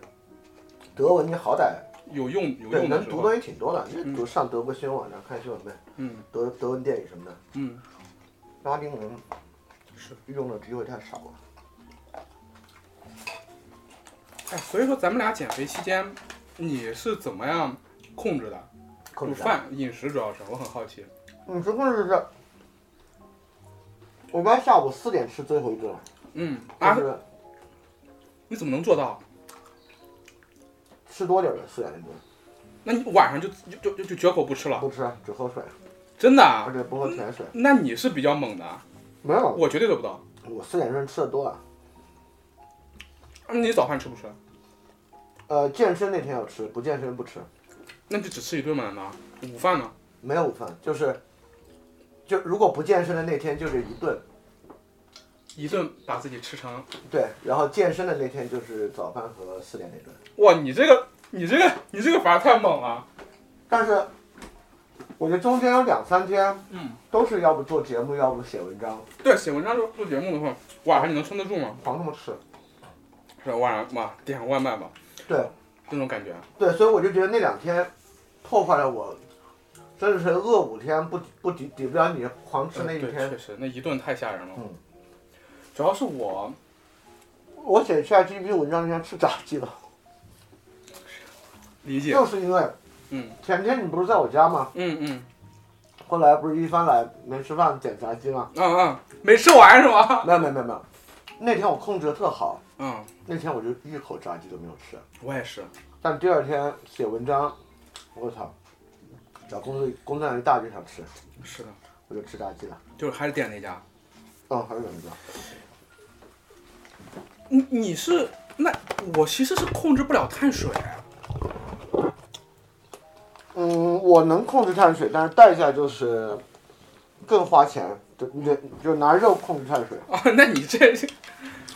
德文你好歹
有用有
对
用的
能
时
读
候，
的也挺多的，你读上德国新闻网站看新闻呗，
嗯
德德文电影什么的，
嗯，
拉丁文
是
用的机会太少了。
哎，所以说咱们俩减肥期间，你是怎么样控制的？
控
就
制
饭饮食主要是，我很好奇。
你说控制是？我妈下午四点吃最后一顿，
嗯啊
就，是
你怎么能做到？
吃多点儿的四点那顿，
那你晚上就就就就就绝口不吃了？
不吃只喝水，
真的
而
啊？
且不喝甜水。
那你是比较猛的，啊
没有，
我绝对做不到。
我四点钟吃的多了，
那你早饭吃不吃？
呃，健身那天要吃，不健身不吃，
那就只吃一顿嘛？难道午饭呢？
没有午饭，就是，就如果不健身的那天就是一顿，
一顿把自己吃成
对，然后健身的那天就是早饭和四点那顿。
哇！你这个，你这个，你这个法太猛了。
但是，我觉得中间有两三天，
嗯，
都是要不做节目，要不写文章，
对，写文章做做节目的话，晚上你能撑得住吗？
狂他妈吃。
是吧晚上嘛，点个外卖吧，
对
这种感觉。
对，所以我就觉得那两天破坏了我，真的是饿五天不不抵抵不了你狂吃那一
呃对，
天。
确实，那一顿太吓人了。
嗯
主要是我，
我写下 G P 文章那天吃炸鸡了，
理解。
就是因为
嗯
前天你不是在我家吗？
嗯嗯，
后来不是一帆来没吃饭捡炸鸡吗？
啊啊，没吃完是吗？
没有没有没有没有，那天我控制的特好，
嗯，
那天我就一口炸鸡都没有吃。
我也是。
但第二天写文章，我操，找工作工作量一大就想吃，
是的，
我就吃炸鸡了。
就是还是点那家。
嗯，还是文章。
你你是那我其实是控制不了碳水。
嗯，我能控制碳水，但是代价就是更花钱。就你得就拿肉控制碳水，
啊，那你这，这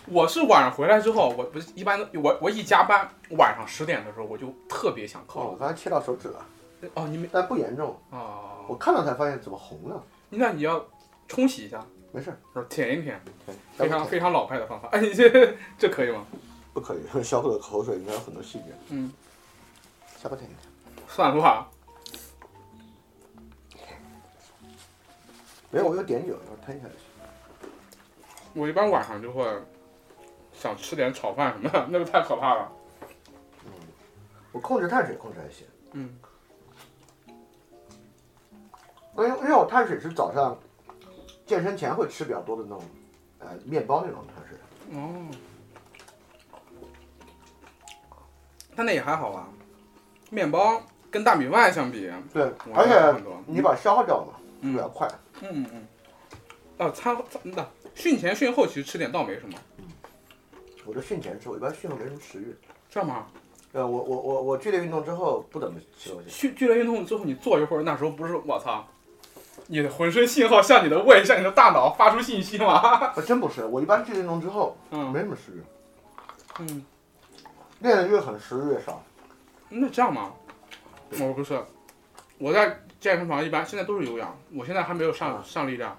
我是晚上回来之后，我不是一般都我我一加班，晚上十点的时候我就特别想
哦，
靠。
我刚才切到手指了，
哦，你没
但不严重。
哦，
我看到才发现怎么红了。
那你要冲洗一下，
没事儿，
然后舔一舔，
咱们
非常
舔
非常老派的方法。哎，你这这可以吗？
不可以，小狗的口水里面有很多细菌，
嗯，
下巴舔一舔。
算了吧，
没有，我有碘酒，一会儿喷下去。
我一般晚上就会想吃点炒饭什么的， 那个太可怕了。
我控制碳水控制还行，
嗯，
因为因为我碳水是早上健身前会吃比较多的那种，呃，面包那种碳水。
哦，但那也还好吧，面包跟大米饭相比，
对
我，
而
还好很
且啊
多
你把消耗掉嘛，
嗯
比较快。
嗯嗯，哦，餐餐那训前训后其实吃点倒霉是吗？
我就训前吃，我一般训后没什么食欲。
这样吗？
呃，我我我我剧烈运动之后不怎么吃东西。
剧剧烈运动之后，你坐一会儿，那时候不是我操，你的浑身信号向你的胃，向你的大脑发出信息吗？
我真不是，我一般剧烈运动之后没
嗯
什么食欲，
嗯，
练得越狠食欲越少。
那这样吧，我不是，我在健身房一般现在都是有氧，我现在还没有上
啊
上力量。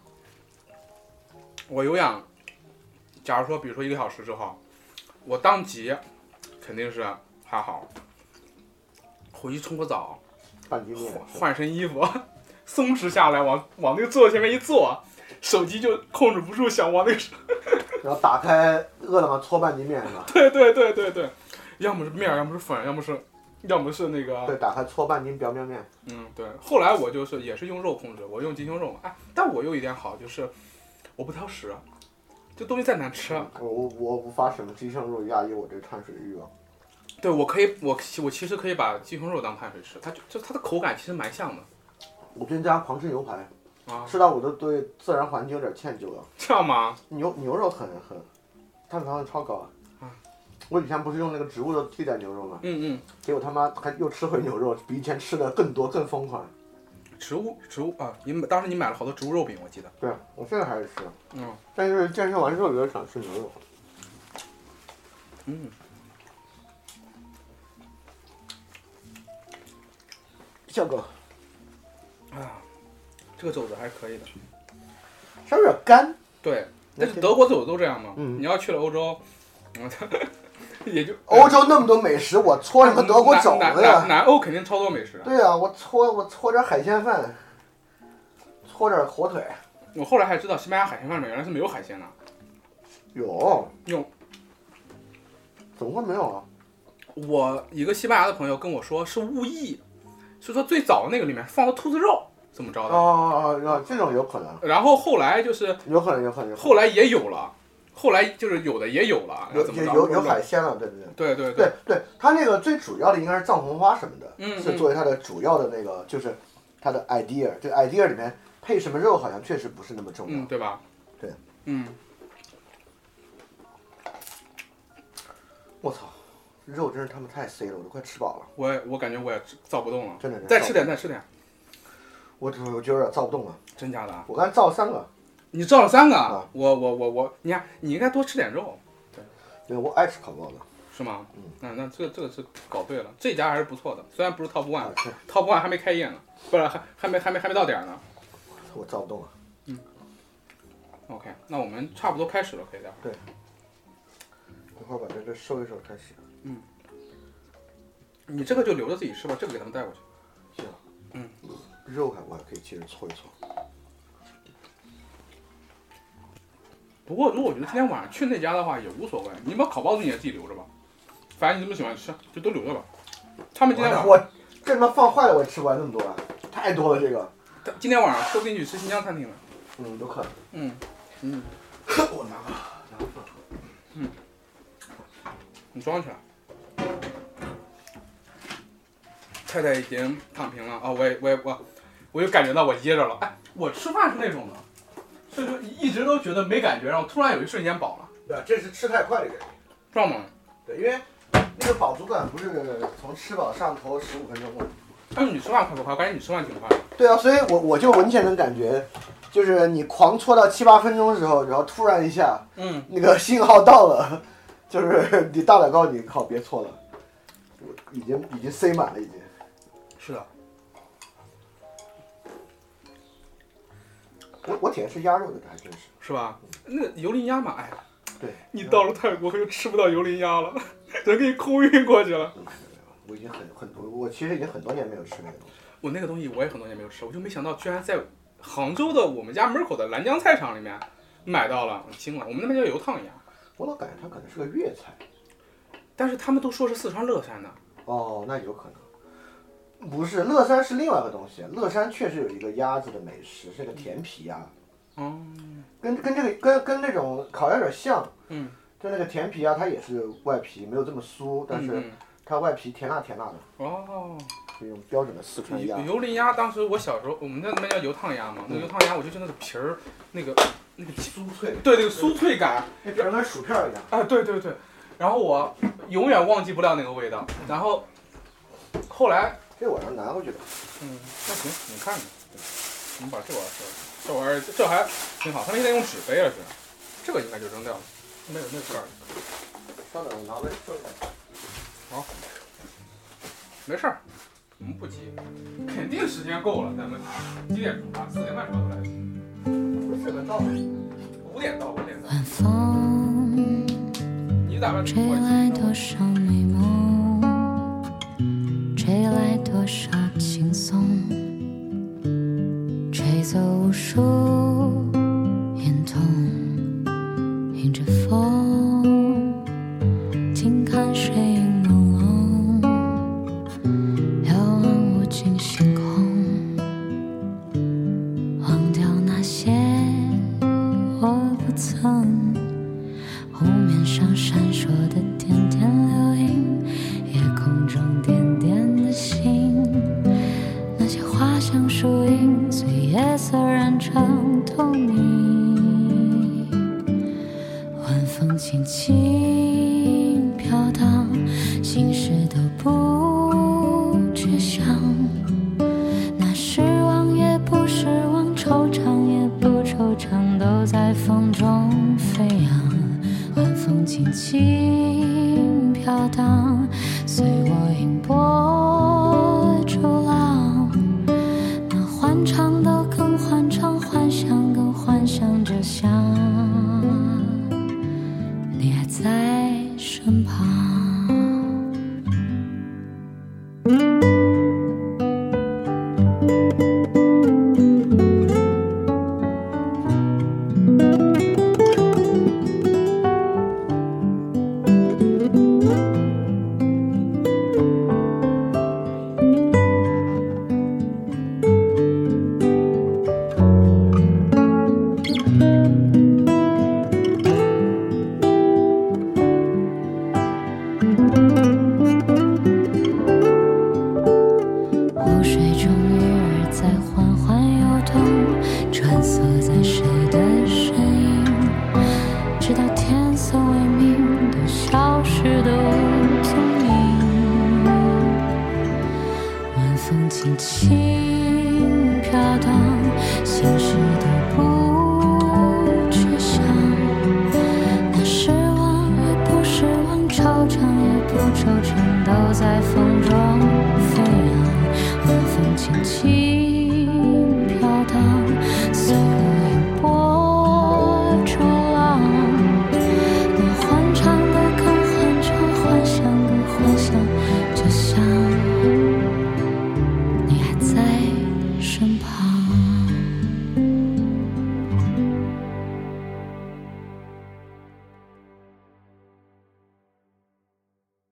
我有氧，假如说比如说一个小时之后，我当即肯定是还好，回去冲个澡，
半斤面
换，换身衣服， 松弛下来，往往那个桌子前面一坐，手机就控制不住想往那个。 ？
然后打开饿了么搓半斤面是吧
对对对对对，要么是面儿，要么是粉，要么是，要么是那个
对，打开搓半斤表面面。
嗯，对。后来我就是也是用肉控制，我用鸡胸肉。哎，但我有一点好就是，我不挑食，这东西再难吃，啊
我我我无法使用鸡胸肉压抑我这个碳水欲望。
对我可以，我其我其实可以把鸡胸肉当碳水吃，它就就它的口感其实蛮像的
我最近在家狂吃牛排，
啊。
吃到我都对自然环境有点歉疚了。
这样吗？
牛牛肉很很，碳水含量超高啊。我以前不是用那个植物肉替代牛肉吗？
嗯
结果他妈还又吃回牛肉，比以前吃的更多更疯狂。
嗯，植物植物啊，你买当时你买了好多植物肉饼，我记得。
对啊我现在还是吃，
嗯
但是健身完之后有点想吃牛肉。
嗯。
笑哥，
啊，这个肘子还是可以的。
稍微有点干，
对，
那
但是
挺
德国肘子都这样嘛。
嗯
你要去了欧洲，嗯 也就嗯
欧洲那么多美食，我搓什么德国肘
南
子
南
呀？
南欧肯定超多美食。
对啊，我搓我搓点海鲜饭，搓点火腿，
我后来还知道西班牙海鲜饭里面原来是没有海鲜的。
有
有，
怎么会没有啊？
我一个西班牙的朋友跟我说是误译，是说最早那个里面放了兔子肉，怎么着的。
哦哦哦，这种有可能，
然后后来就是
有可能，有可能，有可能
后来也有了，后来就是有的也有了，然后
有
怎么
有
着？
有有海鲜了，对对对。
对对对
对对，它那个最主要的应该是藏红花什么的，
嗯
是
嗯
作为它的主要的那个，就是它的 idea。这个 idea 里面配什么肉好像确实不是那么重要。
嗯，对吧？
对，
嗯，
我操，肉真是他们太 C 了，我都快吃饱了，
我也我感觉我也造不动了，
真的是。
再吃点，再吃点，
我我我就有点造不动了。
真假的啊？
我刚才造了三个，
你造了三个，
啊
我我我我，你看你应该多吃点肉，
对我爱吃烤包子，
是吗？啊
嗯
那那这个这个是搞对了，这家还是不错的，虽然不是 top
好
one，top
啊吃，
one 还没开业呢，不是还还没还没还没到点儿呢。
我造不动了。
OK，那我们差不多开始了，可以的。
一会儿把这这收一收开始。
你这个就留着自己吃吧，这个给他们带过去。
行，
嗯，
肉还我还可以接着搓一搓。
不过如果我觉得今天晚上去那家的话也无所谓，你把烤包子你也自己留着吧，反正你这么喜欢吃，就都留着吧。他们今天晚上，
我这他妈放坏了，我也吃不完那么多啊，太多了这个。
他今天晚上说不定去吃新疆餐厅了。
嗯，有可能。
嗯嗯，
我拿个拿个饭盒。
你装起来。太太已经躺平了啊、我也我也我，我又感觉到我噎着了。哎，我吃饭是那种的，是就一直都觉得没感觉，然后突然有一瞬间饱了，
对，啊这是吃太快的原因。
知道吗？
对，因为那个饱足感不是从吃饱上头十五分钟吗？
但是你吃饭快不快？我感觉你吃饭挺快的。
对啊，所以我我就明显能感觉，就是你狂搓到七八分钟的时候，然后突然一下
嗯。
那个信号到了，就是 你大脑告诉你靠别搓了，我已经已经塞满了已经。
是的。
我我点的是鸭肉的，还真是。
是吧？那油淋鸭嘛，哎，
对，
你到了泰国就吃不到油淋鸭了， 人给你空运过去了。
我已经很很多，我其实已经很多年没有吃那个东西。
我那个东西我也很多年没有吃，我就没想到居然在杭州的我们家门口的兰江菜场里面买到了，我惊了。我们那边叫油烫鸭，
我老感觉它可能是个粤菜。
但是他们都说是四川乐山的，
哦，那有可能。不是，乐山是另外一个东西。乐山确实有一个鸭子的美食，是个甜皮鸭，
嗯，
跟跟这个跟跟那种烤鸭有点像。
嗯。
就那个甜皮鸭，它也是外皮没有这么酥，但是
嗯
它外皮甜辣甜辣的，
哦，
是一种标准的四川鸭
油。油淋鸭，当时我小时候我们那那边叫油烫鸭嘛，
嗯
那个油烫鸭我就觉得那个皮儿，那个那个
酥脆，
对那个酥脆感，
那皮儿跟薯片儿一样。
啊，对对对，然后我永远忘记不了那个味道。然后后来，
这我要拿回去的。
嗯，那行，你看着，我们把这玩意儿收了，这玩意儿这还挺好，他们现在用纸杯了是，这个应该就扔掉了，没有那个盖儿，
稍等，我拿回去。
没事儿，我嗯们不急，肯定时间够了，咱们几点出发？四点半出发来，
这个到了。
五点到，五点到，
晚风
你打算
吹
过去
来多少美梦，吹来多少轻松，吹走无数眼痛，迎着风，静看水影朦胧，遥望无尽星空，忘掉那些我不曾。湖面上闪烁的点点流萤，夜空中点点的星，那些花香树影，随夜色染成透明。晚风轻轻飘荡，心事都不觉晓。那失望也不失望，惆怅也不惆怅，都在风中飞扬。晚风轻轻飘荡，随我迎波逐浪。那欢唱的更欢唱，幻想更幻想着想，你还在身旁。湖水中鱼儿在缓缓游动，穿梭在谁的身影？直到天色未明，都消失得无踪影。晚风轻轻飘荡，心事都不去想。那失望也不失望，惆怅也不惆怅，都在风中飞扬。晚风轻轻